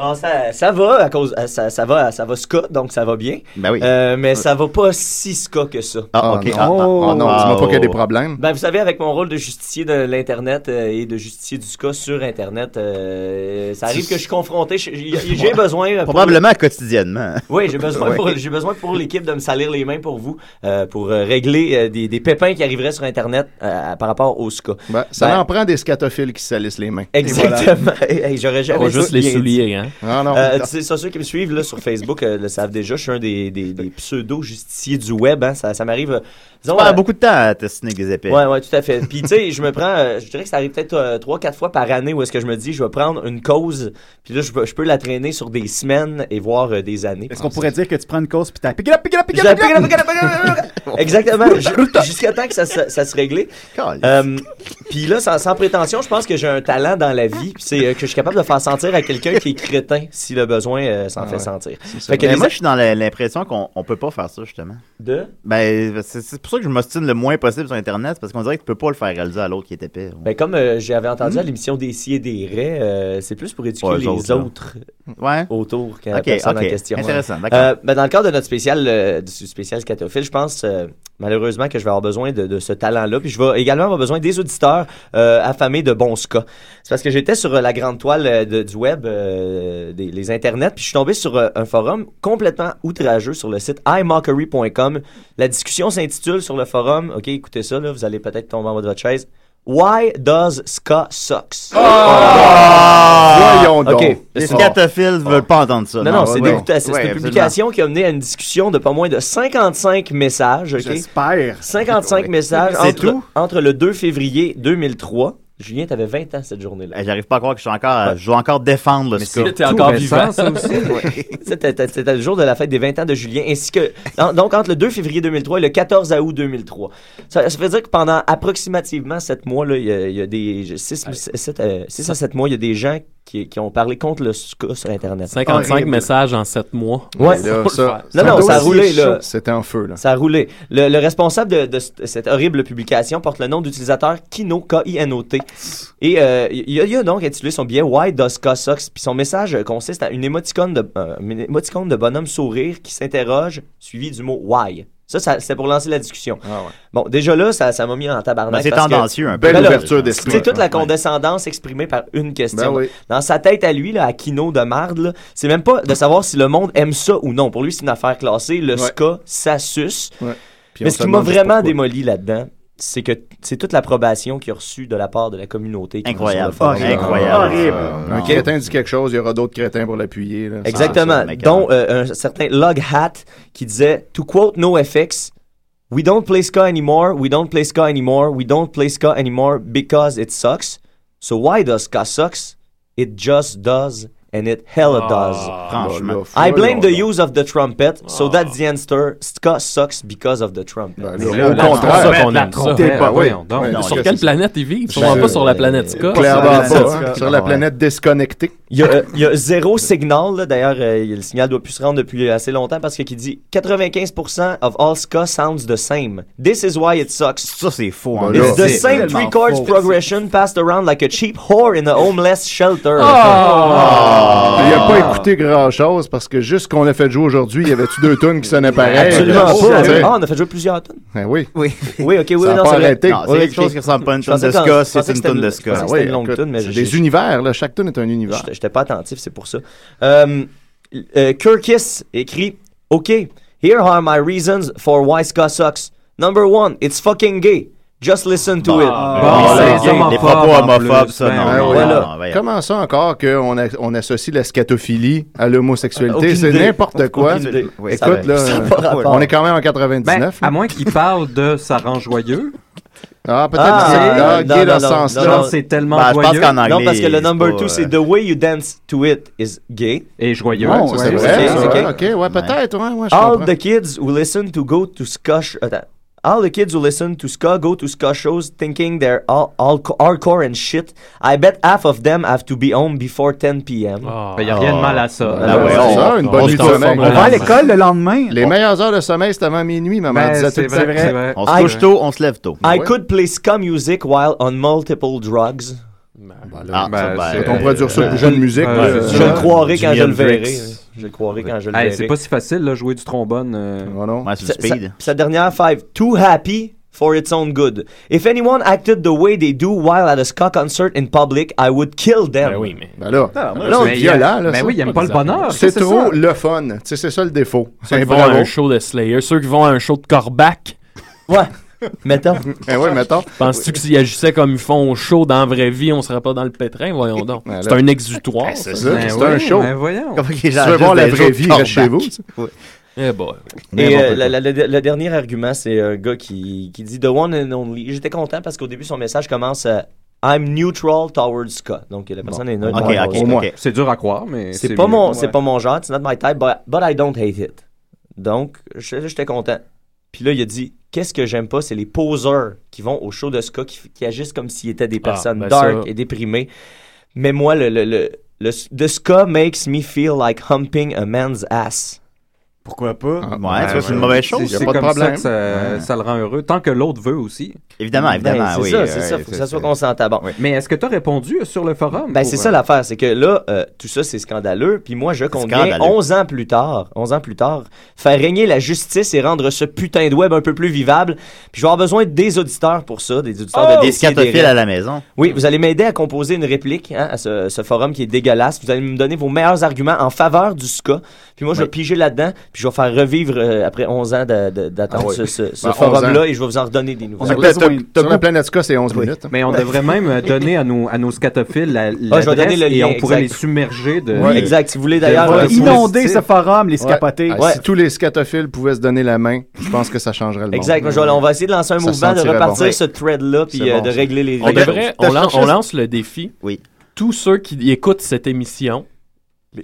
[SPEAKER 10] Ah, ça, ça va à cause euh, ça, ça va ça va ska donc ça va bien.
[SPEAKER 8] Ben oui.
[SPEAKER 10] Euh, mais ça va pas si ska que ça.
[SPEAKER 9] Ah, ok. Ah, ah, ah, non, dis-moi pas qu'il y a des problèmes.
[SPEAKER 10] Ben vous savez avec mon rôle de justicier de l'internet euh, et de justicier du ska sur internet, euh, ça arrive que je suis confronté, je- j'ai j'ai besoin euh, pour-
[SPEAKER 8] Probablement quotidiennement.
[SPEAKER 10] Oui, j'ai besoin,
[SPEAKER 8] Ouais.
[SPEAKER 10] pour- j'ai besoin pour l'équipe de me salir les mains pour vous, euh, pour euh, régler euh, des, des pépins qui arriveraient sur Internet euh, par rapport au SCA.
[SPEAKER 9] Ça
[SPEAKER 10] Ben,
[SPEAKER 9] en prend des scatophiles qui se salissent les mains.
[SPEAKER 10] Exactement. Hey, J'aurais jamais
[SPEAKER 9] Pas juste
[SPEAKER 10] ça
[SPEAKER 9] les
[SPEAKER 10] bien
[SPEAKER 9] souliers,
[SPEAKER 10] dit.
[SPEAKER 9] hein. Ah, non.
[SPEAKER 10] Euh, tu sais, ça, ceux qui me suivent là, sur Facebook euh, le savent déjà. Je suis un des, des, des pseudo-justiciers du web. hein. Ça, ça m'arrive. euh,
[SPEAKER 8] Tu
[SPEAKER 10] disons,
[SPEAKER 8] perds
[SPEAKER 10] euh,
[SPEAKER 8] beaucoup de temps à testiner des épées.
[SPEAKER 10] Ouais, ouais, tout à fait. Puis, tu sais, je me prends, euh, je dirais que ça arrive peut-être euh, trois, quatre fois par année où est-ce que je me dis, je vais prendre une cause, puis là, je, peux- je peux la traîner sur des semaines et voire euh, des années.
[SPEAKER 9] Ah,
[SPEAKER 11] Est-ce qu'on pourrait dire que tu prends une cause puis t'as pick it up, pick it up, pick it
[SPEAKER 10] Je
[SPEAKER 11] up,
[SPEAKER 10] pick it up, pick it up, Exactement.
[SPEAKER 11] Ouh,
[SPEAKER 10] Ju- Jusqu'à temps que ça, se- ça se réglait. Euh, Puis là, sans, sans prétention, je pense que j'ai un talent dans la vie. puis C'est euh, que je suis capable de faire sentir à quelqu'un qui est crétin si le besoin euh, s'en
[SPEAKER 8] Ah
[SPEAKER 10] fait
[SPEAKER 8] ouais.
[SPEAKER 10] sentir.
[SPEAKER 8] Fait que
[SPEAKER 10] les-
[SPEAKER 8] moi, je suis dans la- l'impression qu'on on peut pas faire ça, justement.
[SPEAKER 10] De?
[SPEAKER 8] Ben, c'est c'est pour ça que je m'ostine le moins possible sur Internet, parce qu'on dirait que tu peux pas le faire réaliser à l'autre qui est épais.
[SPEAKER 10] Ben, comme euh, j'avais entendu
[SPEAKER 8] Hmm.
[SPEAKER 10] à l'émission des si et des raies, euh, c'est plus pour éduquer
[SPEAKER 8] Ouais, eux
[SPEAKER 10] les
[SPEAKER 8] autres, là.
[SPEAKER 10] autres, euh,
[SPEAKER 8] Ouais.
[SPEAKER 10] autour qu'à
[SPEAKER 8] Ok,
[SPEAKER 10] la personne
[SPEAKER 8] ok.
[SPEAKER 10] en question.
[SPEAKER 8] Intéressant,
[SPEAKER 10] Ouais.
[SPEAKER 8] d'accord.
[SPEAKER 10] Euh, ben, dans le cadre de notre spécial, euh, du spécial scatophile, je pense euh, malheureusement que je vais avoir besoin de, de ce talent-là. Puis je vais également avoir besoin des auditeurs euh, affamés de bons ska. C'est parce que j'étais sur euh, la grande toile euh, de- du web, euh, des, les internets, puis je suis tombé sur euh, un forum complètement outrageux sur le site imockery.com. La discussion s'intitule sur le forum, ok, écoutez ça, là, vous allez peut-être tomber en bas de votre chaise. Why does ska sucks?
[SPEAKER 8] Ah, Voyons
[SPEAKER 10] ah, Ok.
[SPEAKER 8] Les
[SPEAKER 10] C'est-
[SPEAKER 8] scatophiles veulent pas entendre ça. Ah,
[SPEAKER 10] non, non, c'est
[SPEAKER 8] ouais.
[SPEAKER 10] dégoûtant. C'est
[SPEAKER 8] Ouais,
[SPEAKER 10] une
[SPEAKER 8] absolument.
[SPEAKER 10] publication qui a mené à une discussion de pas moins de 55 messages. ok?
[SPEAKER 11] J'espère.
[SPEAKER 10] 55 messages
[SPEAKER 8] C'est
[SPEAKER 10] entre,
[SPEAKER 8] tout?
[SPEAKER 10] entre le 2 février 2003. Julien, t'avais 20 ans cette journée-là.
[SPEAKER 8] Eh, J'arrive pas à croire que je suis encore, à- je dois encore défendre le score.
[SPEAKER 10] Tout récent, ça aussi. C'était c'était le jour de la fête des 20 ans de Julien, ainsi que en- donc entre le 2 février 2003 et le 14 août 2003. Ça, ça veut dire que pendant approximativement 7 mois, là, il y, a- il y a des 6, euh, à 7 mois, il y a des gens qui, qui ont parlé contre le SCA sur Internet.
[SPEAKER 13] 55 messages en 7 mois.
[SPEAKER 10] Ouais.
[SPEAKER 13] Faut le faire.
[SPEAKER 10] non, non, ça a roulé, là.
[SPEAKER 9] C'était en feu, là.
[SPEAKER 10] Ça a roulé. Le, le responsable de, de c- cette horrible publication porte le nom d'utilisateur Kino, K-I-N-O-T. Et euh, il a, il a donc intitulé son billet Why Does Ka Sucks? Puis son message euh, consiste à une émoticône de, euh, une émoticône de bonhomme sourire qui s'interroge, suivi du mot Why. Ça, ça c'était pour lancer la discussion. Bon, déjà là, ça ça m'a mis en tabarnak.
[SPEAKER 8] Ben, c'est
[SPEAKER 10] parce que-
[SPEAKER 8] tendancieux, un peu.
[SPEAKER 10] Ben
[SPEAKER 8] Ah, Belle
[SPEAKER 10] là,
[SPEAKER 8] ouverture d'esprit.
[SPEAKER 10] C'est toute la
[SPEAKER 8] Ouais.
[SPEAKER 10] condescendance exprimée par une question.
[SPEAKER 8] Ben oui.
[SPEAKER 10] Dans sa tête à lui, là, à Kino de marde, là, c'est même pas de savoir si le monde aime ça ou non. Pour lui, c'est une affaire classée. Le ska, ça suce.
[SPEAKER 9] Puis on
[SPEAKER 10] Mais
[SPEAKER 9] se
[SPEAKER 10] ce qui m'a
[SPEAKER 9] demande juste
[SPEAKER 10] vraiment
[SPEAKER 9] pourquoi.
[SPEAKER 10] démoli là-dedans, c'est que t- c'est toute l'approbation qu'il a reçue de la part de la communauté. qui est
[SPEAKER 8] Incroyable.
[SPEAKER 10] sur le forum.
[SPEAKER 9] Horrible. Un crétin dit quelque chose, il y aura d'autres crétins pour l'appuyer. là.
[SPEAKER 10] Exactement. dont euh, un certain Log Hat qui disait, to quote NoFX, We don't play ska anymore, we don't play ska anymore, we don't play ska anymore because it sucks. So why does ska sucks? It just does and it hell
[SPEAKER 13] Ah,
[SPEAKER 10] it does.
[SPEAKER 8] franchement. Bon, là,
[SPEAKER 10] I blame
[SPEAKER 8] faut,
[SPEAKER 10] the use of the trumpet, so that's the answer. Ska sucks because of the trumpet.
[SPEAKER 13] Ah. là, Au là, contraire, c'est pour ça qu'on la aime ça. trompette, ben voyons donc. Mais sur quelle planète ils vivent? Sûrement pas sur la planète Ska.
[SPEAKER 9] Ben, euh, Clairement
[SPEAKER 10] Pas sur la planète
[SPEAKER 9] pas. hein.
[SPEAKER 10] Ska.
[SPEAKER 9] Sur la
[SPEAKER 10] Ouais.
[SPEAKER 9] planète déconnectée.
[SPEAKER 10] Il y, a, euh, il y a zéro signal, là. d'ailleurs, euh, le signal doit plus se rendre depuis euh, assez longtemps parce que qui dit 95% of all ska sounds the same. This is why it sucks. Ça, c'est hein, faux.
[SPEAKER 8] en
[SPEAKER 10] It's
[SPEAKER 8] là. C'est
[SPEAKER 10] the same
[SPEAKER 8] tellement
[SPEAKER 10] three chords
[SPEAKER 8] faux.
[SPEAKER 10] progression passed around like a cheap whore in a homeless shelter.
[SPEAKER 8] Ah!
[SPEAKER 10] Ah!
[SPEAKER 9] Il a pas écouté grand-chose parce que juste qu'on a fait jouer aujourd'hui, il y avait-tu deux tonnes qui sonnaient pareil?
[SPEAKER 10] Absolument
[SPEAKER 9] Oh,
[SPEAKER 10] pas.
[SPEAKER 9] tu sais.
[SPEAKER 10] Ah, on a fait jouer plusieurs tonnes.
[SPEAKER 9] Ben oui.
[SPEAKER 10] Oui. Oui, ok, oui,
[SPEAKER 9] Ça a
[SPEAKER 10] non,
[SPEAKER 9] pas
[SPEAKER 10] c'est vrai.
[SPEAKER 9] arrêté.
[SPEAKER 10] Non, c'est quelque chose qui ressemble pas à une tonne de ska, c'est une tonne de ska.
[SPEAKER 9] Ah
[SPEAKER 10] Ah
[SPEAKER 9] oui,
[SPEAKER 10] oui, écoute,
[SPEAKER 9] mais
[SPEAKER 10] c'est
[SPEAKER 9] des
[SPEAKER 10] des
[SPEAKER 9] univers, là. Chaque tonne est un univers.
[SPEAKER 10] J'étais pas attentif, c'est pour ça. Euh, euh, Kirkis écrit OK, here are my reasons for why ska sucks. Number one, it's fucking gay. Just listen to it.
[SPEAKER 9] Bon,
[SPEAKER 10] Mais
[SPEAKER 9] là,
[SPEAKER 10] Ah, c'est gay.
[SPEAKER 9] homophobe, en plus. Ben
[SPEAKER 10] Ben
[SPEAKER 9] oui.
[SPEAKER 10] voilà.
[SPEAKER 9] Comment ça encore qu'on a- on associe la scatophilie à l'homosexualité?
[SPEAKER 17] Aucune
[SPEAKER 9] C'est
[SPEAKER 17] idée.
[SPEAKER 9] n'importe quoi.
[SPEAKER 17] Aucune idée. Oui, ça
[SPEAKER 9] Écoute,
[SPEAKER 17] va.
[SPEAKER 9] là, euh,
[SPEAKER 17] Ça n'a pas rapport.
[SPEAKER 9] on est quand même en 99.
[SPEAKER 17] Ben, à moins qu'il parle de ça rend joyeux.
[SPEAKER 9] Ah, peut-être
[SPEAKER 10] Ah,
[SPEAKER 9] que c'est
[SPEAKER 10] non,
[SPEAKER 9] ah, gay
[SPEAKER 10] non,
[SPEAKER 9] dans ce
[SPEAKER 10] non,
[SPEAKER 9] sens-là.
[SPEAKER 10] non, non. Ben, Non, parce que le number two, c'est euh, The way you dance to it is gay.
[SPEAKER 17] Et joyeux.
[SPEAKER 9] Oh, Ouais, ça, c'est vrai, ça, ouais, ok, ouais, peut-être, ouais, ouais, je
[SPEAKER 10] All
[SPEAKER 9] comprends.
[SPEAKER 10] the kids who listen to go to ska... sh- attends. All the kids who listen to ska go to ska shows thinking they're all, all co- hardcore and shit. I bet half of them have to be home before 10 p.m.
[SPEAKER 17] Ben, y a rien de mal à ça.
[SPEAKER 9] Ah ouais, on- ça, une bonne nuit de sommeil.
[SPEAKER 11] le lendemain.
[SPEAKER 9] Les meilleures heures de sommeil, c'est avant minuit, maman
[SPEAKER 10] Ben,
[SPEAKER 9] disait
[SPEAKER 10] c'est
[SPEAKER 9] tout
[SPEAKER 10] vrai,
[SPEAKER 9] le temps.
[SPEAKER 10] c'est vrai. On se couche tôt, on se lève tôt. I could play ska music while on multiple drugs.
[SPEAKER 9] Ah, ben, c'est- on pourrait dire ça pour jouer de musique, là.
[SPEAKER 10] je le croirai quand je le verrai.
[SPEAKER 17] Hendrix.
[SPEAKER 10] Je le croirai quand je le
[SPEAKER 17] Hey,
[SPEAKER 10] verrai.
[SPEAKER 17] c'est pas si euh, facile, là, jouer du trombone.
[SPEAKER 10] Sa- Sa, sa dernière five. Too happy for its own good. If anyone acted the way they do while at a ska concert in public, I would kill them. oui, mais.
[SPEAKER 9] Ben là, là, on est violent.
[SPEAKER 17] Ben
[SPEAKER 9] Là, ça.
[SPEAKER 10] Ah,
[SPEAKER 9] C'est trop le fun. Tu sais, c'est ça le défaut.
[SPEAKER 13] Ceux
[SPEAKER 9] C'est
[SPEAKER 13] qui
[SPEAKER 9] un
[SPEAKER 13] vont à un
[SPEAKER 9] bravo.
[SPEAKER 13] show de Slayer, ceux qui vont à un show de Corbac.
[SPEAKER 10] Ouais. Mettons.
[SPEAKER 9] Ben ouais, mettons.
[SPEAKER 13] Penses-tu que s'ils agissaient comme ils font au show dans la vraie vie, on serait pas dans le pétrin? Voyons donc.
[SPEAKER 9] Ben
[SPEAKER 13] C'est
[SPEAKER 9] là.
[SPEAKER 13] un exutoire.
[SPEAKER 9] Ben, c'est ça, c'est un show.
[SPEAKER 13] ben
[SPEAKER 9] Comment que les gens Tu veux voir la agissent vraie des vie, shows de reste chez vous, Corbac. tu sais.
[SPEAKER 13] Eh boy.
[SPEAKER 10] Et
[SPEAKER 13] N'importe
[SPEAKER 10] euh,
[SPEAKER 13] quoi.
[SPEAKER 10] la- la- la- le dernier argument, c'est un gars qui, qui dit The One and Only. J'étais content parce qu'au début, son message commence à I'm neutral towards Ska. Donc la personne est neutre.
[SPEAKER 17] Ok,
[SPEAKER 10] towards
[SPEAKER 17] ok,
[SPEAKER 10] Ska.
[SPEAKER 17] au moins. C'est dur à croire, mais
[SPEAKER 10] C'est
[SPEAKER 17] c'est
[SPEAKER 10] pas,
[SPEAKER 17] mieux.
[SPEAKER 10] mon-
[SPEAKER 17] Ouais.
[SPEAKER 10] c'est pas mon genre, it's not my type, but, but I don't hate it. Donc, je- j'étais content. Puis là, il a dit Qu'est-ce que j'aime pas, c'est les poseurs qui vont au show de Ska, qui, qui agissent comme s'ils étaient des
[SPEAKER 13] Ah,
[SPEAKER 10] personnes
[SPEAKER 13] ben
[SPEAKER 10] dark
[SPEAKER 13] ça.
[SPEAKER 10] et déprimées. Mais moi, le, le, le, le- the Ska makes me feel like humping a man's ass.
[SPEAKER 11] Pourquoi pas?
[SPEAKER 10] Ah,
[SPEAKER 8] Ouais, tu vois, c'est une mauvaise chose.
[SPEAKER 17] C'est comme ça que ça, ça le rend heureux, tant que l'autre veut aussi.
[SPEAKER 8] Évidemment, évidemment,
[SPEAKER 10] Ben, c'est
[SPEAKER 8] oui.
[SPEAKER 10] ça,
[SPEAKER 8] euh,
[SPEAKER 10] c'est ça,
[SPEAKER 8] oui,
[SPEAKER 10] faut que ça soit consentable.
[SPEAKER 17] Mais est-ce que tu as répondu sur le forum?
[SPEAKER 10] Ben,
[SPEAKER 17] pour,
[SPEAKER 10] c'est ça
[SPEAKER 17] euh,
[SPEAKER 10] l'affaire, c'est que là, euh, tout ça, c'est scandaleux. Puis moi, je conviens,
[SPEAKER 17] Scandaleux.
[SPEAKER 10] 11 ans plus tard, 11 ans plus tard, faire régner la justice et rendre ce putain de web un peu plus vivable. Puis je vais avoir besoin des auditeurs pour ça, des auditeurs
[SPEAKER 8] Oh!
[SPEAKER 10] de
[SPEAKER 8] Des scatophiles
[SPEAKER 10] Décidérés.
[SPEAKER 8] à la maison.
[SPEAKER 10] Oui, vous allez m'aider à composer une réplique hein, à ce, ce forum qui est dégueulasse. Vous allez me donner vos meilleurs arguments en faveur du SCA. Puis moi, je vais piger là-dedans, puis je vais faire revivre, euh, après 11 ans de- de- d'attente,
[SPEAKER 9] Ah oui.
[SPEAKER 10] ce, ce- ce
[SPEAKER 9] Ben, 11 ans.
[SPEAKER 10] forum-là, et je vais vous en redonner des nouvelles.
[SPEAKER 9] Sur la- Sur la planète Ska, c'est 11 minutes. hein?
[SPEAKER 17] Mais on devrait même euh, donner à nos, à nos scatophiles la,
[SPEAKER 10] Ah, je vais donner
[SPEAKER 17] l'adresse
[SPEAKER 10] le
[SPEAKER 17] et
[SPEAKER 10] lien,
[SPEAKER 17] on pourrait
[SPEAKER 10] exact.
[SPEAKER 17] les submerger de...
[SPEAKER 10] Oui, exact. Si vous voulez,
[SPEAKER 17] de-
[SPEAKER 10] d'ailleurs, euh,
[SPEAKER 17] de-
[SPEAKER 11] inonder
[SPEAKER 17] positifs.
[SPEAKER 11] euh, ce forum, les
[SPEAKER 9] Ouais.
[SPEAKER 11] scapotés.
[SPEAKER 9] Ah, Si tous les scatophiles pouvaient se donner la main, je pense que ça changerait le monde.
[SPEAKER 10] Exact, moi, je vais- on va essayer de lancer un
[SPEAKER 9] Ça
[SPEAKER 10] mouvement, de
[SPEAKER 9] sentirait
[SPEAKER 10] repartir
[SPEAKER 9] bon.
[SPEAKER 10] ce thread-là, puis
[SPEAKER 9] C'est
[SPEAKER 10] euh,
[SPEAKER 9] bon,
[SPEAKER 10] de
[SPEAKER 9] ça.
[SPEAKER 10] régler les...
[SPEAKER 13] On,
[SPEAKER 10] les-
[SPEAKER 13] devrait, on, lance, on lance le défi.
[SPEAKER 8] Oui.
[SPEAKER 13] Tous ceux qui écoutent cette émission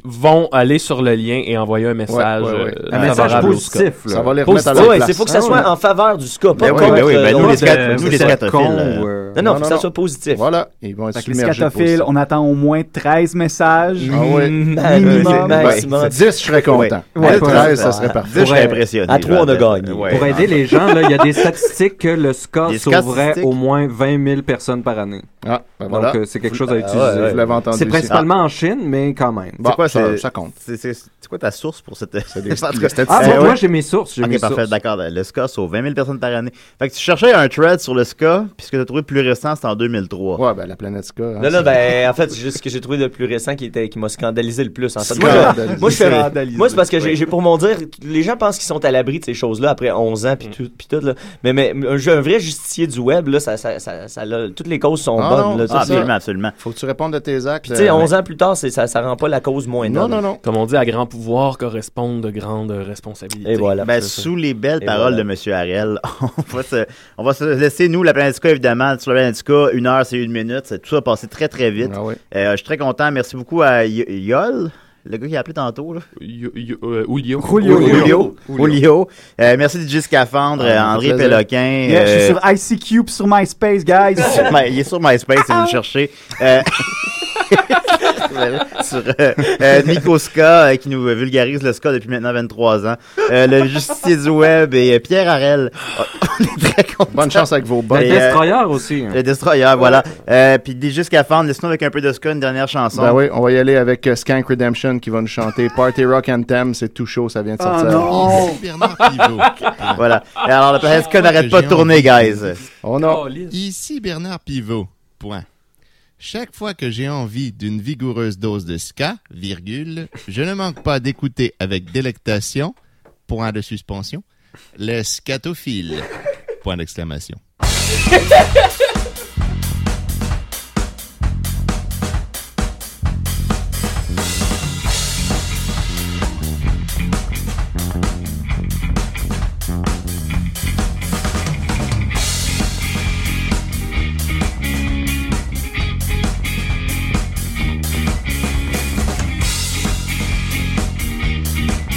[SPEAKER 13] vont aller sur le lien et envoyer un message,
[SPEAKER 9] ouais, ouais.
[SPEAKER 13] euh,
[SPEAKER 9] Un message
[SPEAKER 13] favorable au
[SPEAKER 9] positif,
[SPEAKER 13] Ska.
[SPEAKER 9] là. Ça va les remettre à leur
[SPEAKER 10] Ouais,
[SPEAKER 9] place.
[SPEAKER 10] c'est faut que ça
[SPEAKER 9] Ah,
[SPEAKER 10] soit
[SPEAKER 9] ouais.
[SPEAKER 10] en faveur du ska, pas
[SPEAKER 9] Ben oui,
[SPEAKER 10] contre
[SPEAKER 9] ben oui, ben
[SPEAKER 10] euh,
[SPEAKER 9] nous, les
[SPEAKER 10] l'autre,
[SPEAKER 9] scat-
[SPEAKER 10] euh,
[SPEAKER 9] nous,
[SPEAKER 10] c'est
[SPEAKER 9] les
[SPEAKER 10] ça,
[SPEAKER 9] scatophiles,
[SPEAKER 10] con
[SPEAKER 9] euh,
[SPEAKER 10] ou, euh, Non, non, faut que ça soit positif.
[SPEAKER 9] Voilà, ils vont être
[SPEAKER 11] Fait que les
[SPEAKER 9] submergés.
[SPEAKER 11] scatophiles, on attend au moins 13 messages.
[SPEAKER 9] Ah ouais.
[SPEAKER 11] Mm. Minimum.
[SPEAKER 9] Ben, 10, je serais content.
[SPEAKER 11] Ouais.
[SPEAKER 9] Le 13, ça serait parfait.
[SPEAKER 17] Pour-
[SPEAKER 10] À trois, on a gagné.
[SPEAKER 17] Pour aider les gens, là, il y a des statistiques que le SCA
[SPEAKER 10] Des
[SPEAKER 17] sauverait
[SPEAKER 10] statistiques.
[SPEAKER 17] au moins 20 000 personnes par année.
[SPEAKER 9] Ah, ben voilà.
[SPEAKER 17] Donc, euh, c'est quelque
[SPEAKER 9] Vous-
[SPEAKER 17] chose à
[SPEAKER 9] ah,
[SPEAKER 17] utiliser.
[SPEAKER 9] ouais, ouais. Vous l'avez entendu
[SPEAKER 17] C'est
[SPEAKER 9] ici.
[SPEAKER 17] principalement en Chine, mais quand même.
[SPEAKER 8] C'est quoi, c'est-
[SPEAKER 9] compte.
[SPEAKER 8] C'est c'est- c'est quoi ta source pour cette.
[SPEAKER 17] des-
[SPEAKER 8] cette-
[SPEAKER 17] des statistiques.
[SPEAKER 8] Ah,
[SPEAKER 17] moi,
[SPEAKER 8] ouais.
[SPEAKER 17] j'ai mes sources, j'ai
[SPEAKER 8] Ok,
[SPEAKER 17] mes
[SPEAKER 8] parfait,
[SPEAKER 17] sources.
[SPEAKER 8] d'accord. Le SCA sauve 20 000 personnes par année. Fait que tu cherchais un thread sur le SCA, puis ce que tu as trouvé plus récent, c'est en 2003.
[SPEAKER 9] Ouais, ben la planète SCA. hein,
[SPEAKER 10] Non,
[SPEAKER 9] c'est-
[SPEAKER 10] non, ben, en fait, c'est juste ce que j'ai trouvé de plus récent qui, était, qui m'a scandalisé le plus. En fait. Moi,
[SPEAKER 9] Scandalisé.
[SPEAKER 10] je- moi, je fais-
[SPEAKER 9] Scandalisé.
[SPEAKER 10] moi, c'est parce que j'ai- j'ai pour mon dire, les gens pensent qu'ils sont à l'abri de ces choses-là après 11 ans,
[SPEAKER 13] Mm.
[SPEAKER 10] puis tout, puis tout, là. Mais, mais un, un vrai justicier du web, là, ça, ça, ça, ça- là, toutes les causes sont
[SPEAKER 9] Ah,
[SPEAKER 10] bonnes.
[SPEAKER 9] non,
[SPEAKER 10] là,
[SPEAKER 9] c'est ça.
[SPEAKER 10] tu sais.
[SPEAKER 9] Faut que tu répondes de tes actes.
[SPEAKER 10] Puis, tu sais,
[SPEAKER 9] euh,
[SPEAKER 10] 11 ans plus tard, c'est- ça, ça rend pas la cause chose moins
[SPEAKER 8] Non,
[SPEAKER 10] noble.
[SPEAKER 8] non, non.
[SPEAKER 13] Comme on dit, à grand pouvoir correspondent de grandes responsabilités.
[SPEAKER 10] Et voilà.
[SPEAKER 8] Ben, sous les belles
[SPEAKER 10] Et
[SPEAKER 8] paroles
[SPEAKER 10] voilà.
[SPEAKER 8] de M. Harel, on va, se, on va se laisser, nous, la planète du cas, évidemment, sur la planète du cas, une heure, c'est une minute. C'est- Tout ça a passé très, très vite.
[SPEAKER 10] Ah
[SPEAKER 8] Euh, je suis très content. Merci beaucoup à Y- Yol, le gars qui a appelé tantôt. Là.
[SPEAKER 13] Julio.
[SPEAKER 8] Julio. Julio. Julio. Euh, merci DJ Scaphandre,
[SPEAKER 10] Ah,
[SPEAKER 8] euh,
[SPEAKER 11] Ah,
[SPEAKER 8] André Péloquin.
[SPEAKER 11] Yeah, Je suis
[SPEAKER 8] euh,
[SPEAKER 11] sur ICQ puis sur MySpace, guys.
[SPEAKER 8] sur My- il est sur MySpace, si vous le cherchez. Euh, sur euh, euh, Nico Ska, euh, qui nous vulgarise le Ska depuis maintenant 23 ans. Euh, le justicier du web et euh, Pierre Harel. On est très contents.
[SPEAKER 9] Bonne chance avec vos bottes.
[SPEAKER 8] Et, euh,
[SPEAKER 9] Le Destroyer aussi. hein.
[SPEAKER 8] Le Destroyer, voilà. Euh, Puis DJ Scaphandre, laissez-nous avec un peu de Ska, une dernière chanson.
[SPEAKER 9] Ben oui, on va y aller avec euh, Skank Redemption qui va nous chanter Party Rock Anthem. C'est tout chaud, ça vient de
[SPEAKER 8] Ah
[SPEAKER 9] sortir. Oh,
[SPEAKER 8] non! voilà. Et alors, le planète Ska n'arrête pas de tourner, guys.
[SPEAKER 9] On a...
[SPEAKER 19] Ici Bernard Pivot. Point. Chaque fois que j'ai envie d'une vigoureuse dose de ska, virgule, je ne manque pas d'écouter avec délectation, point de suspension, les scatophiles, point d'exclamation.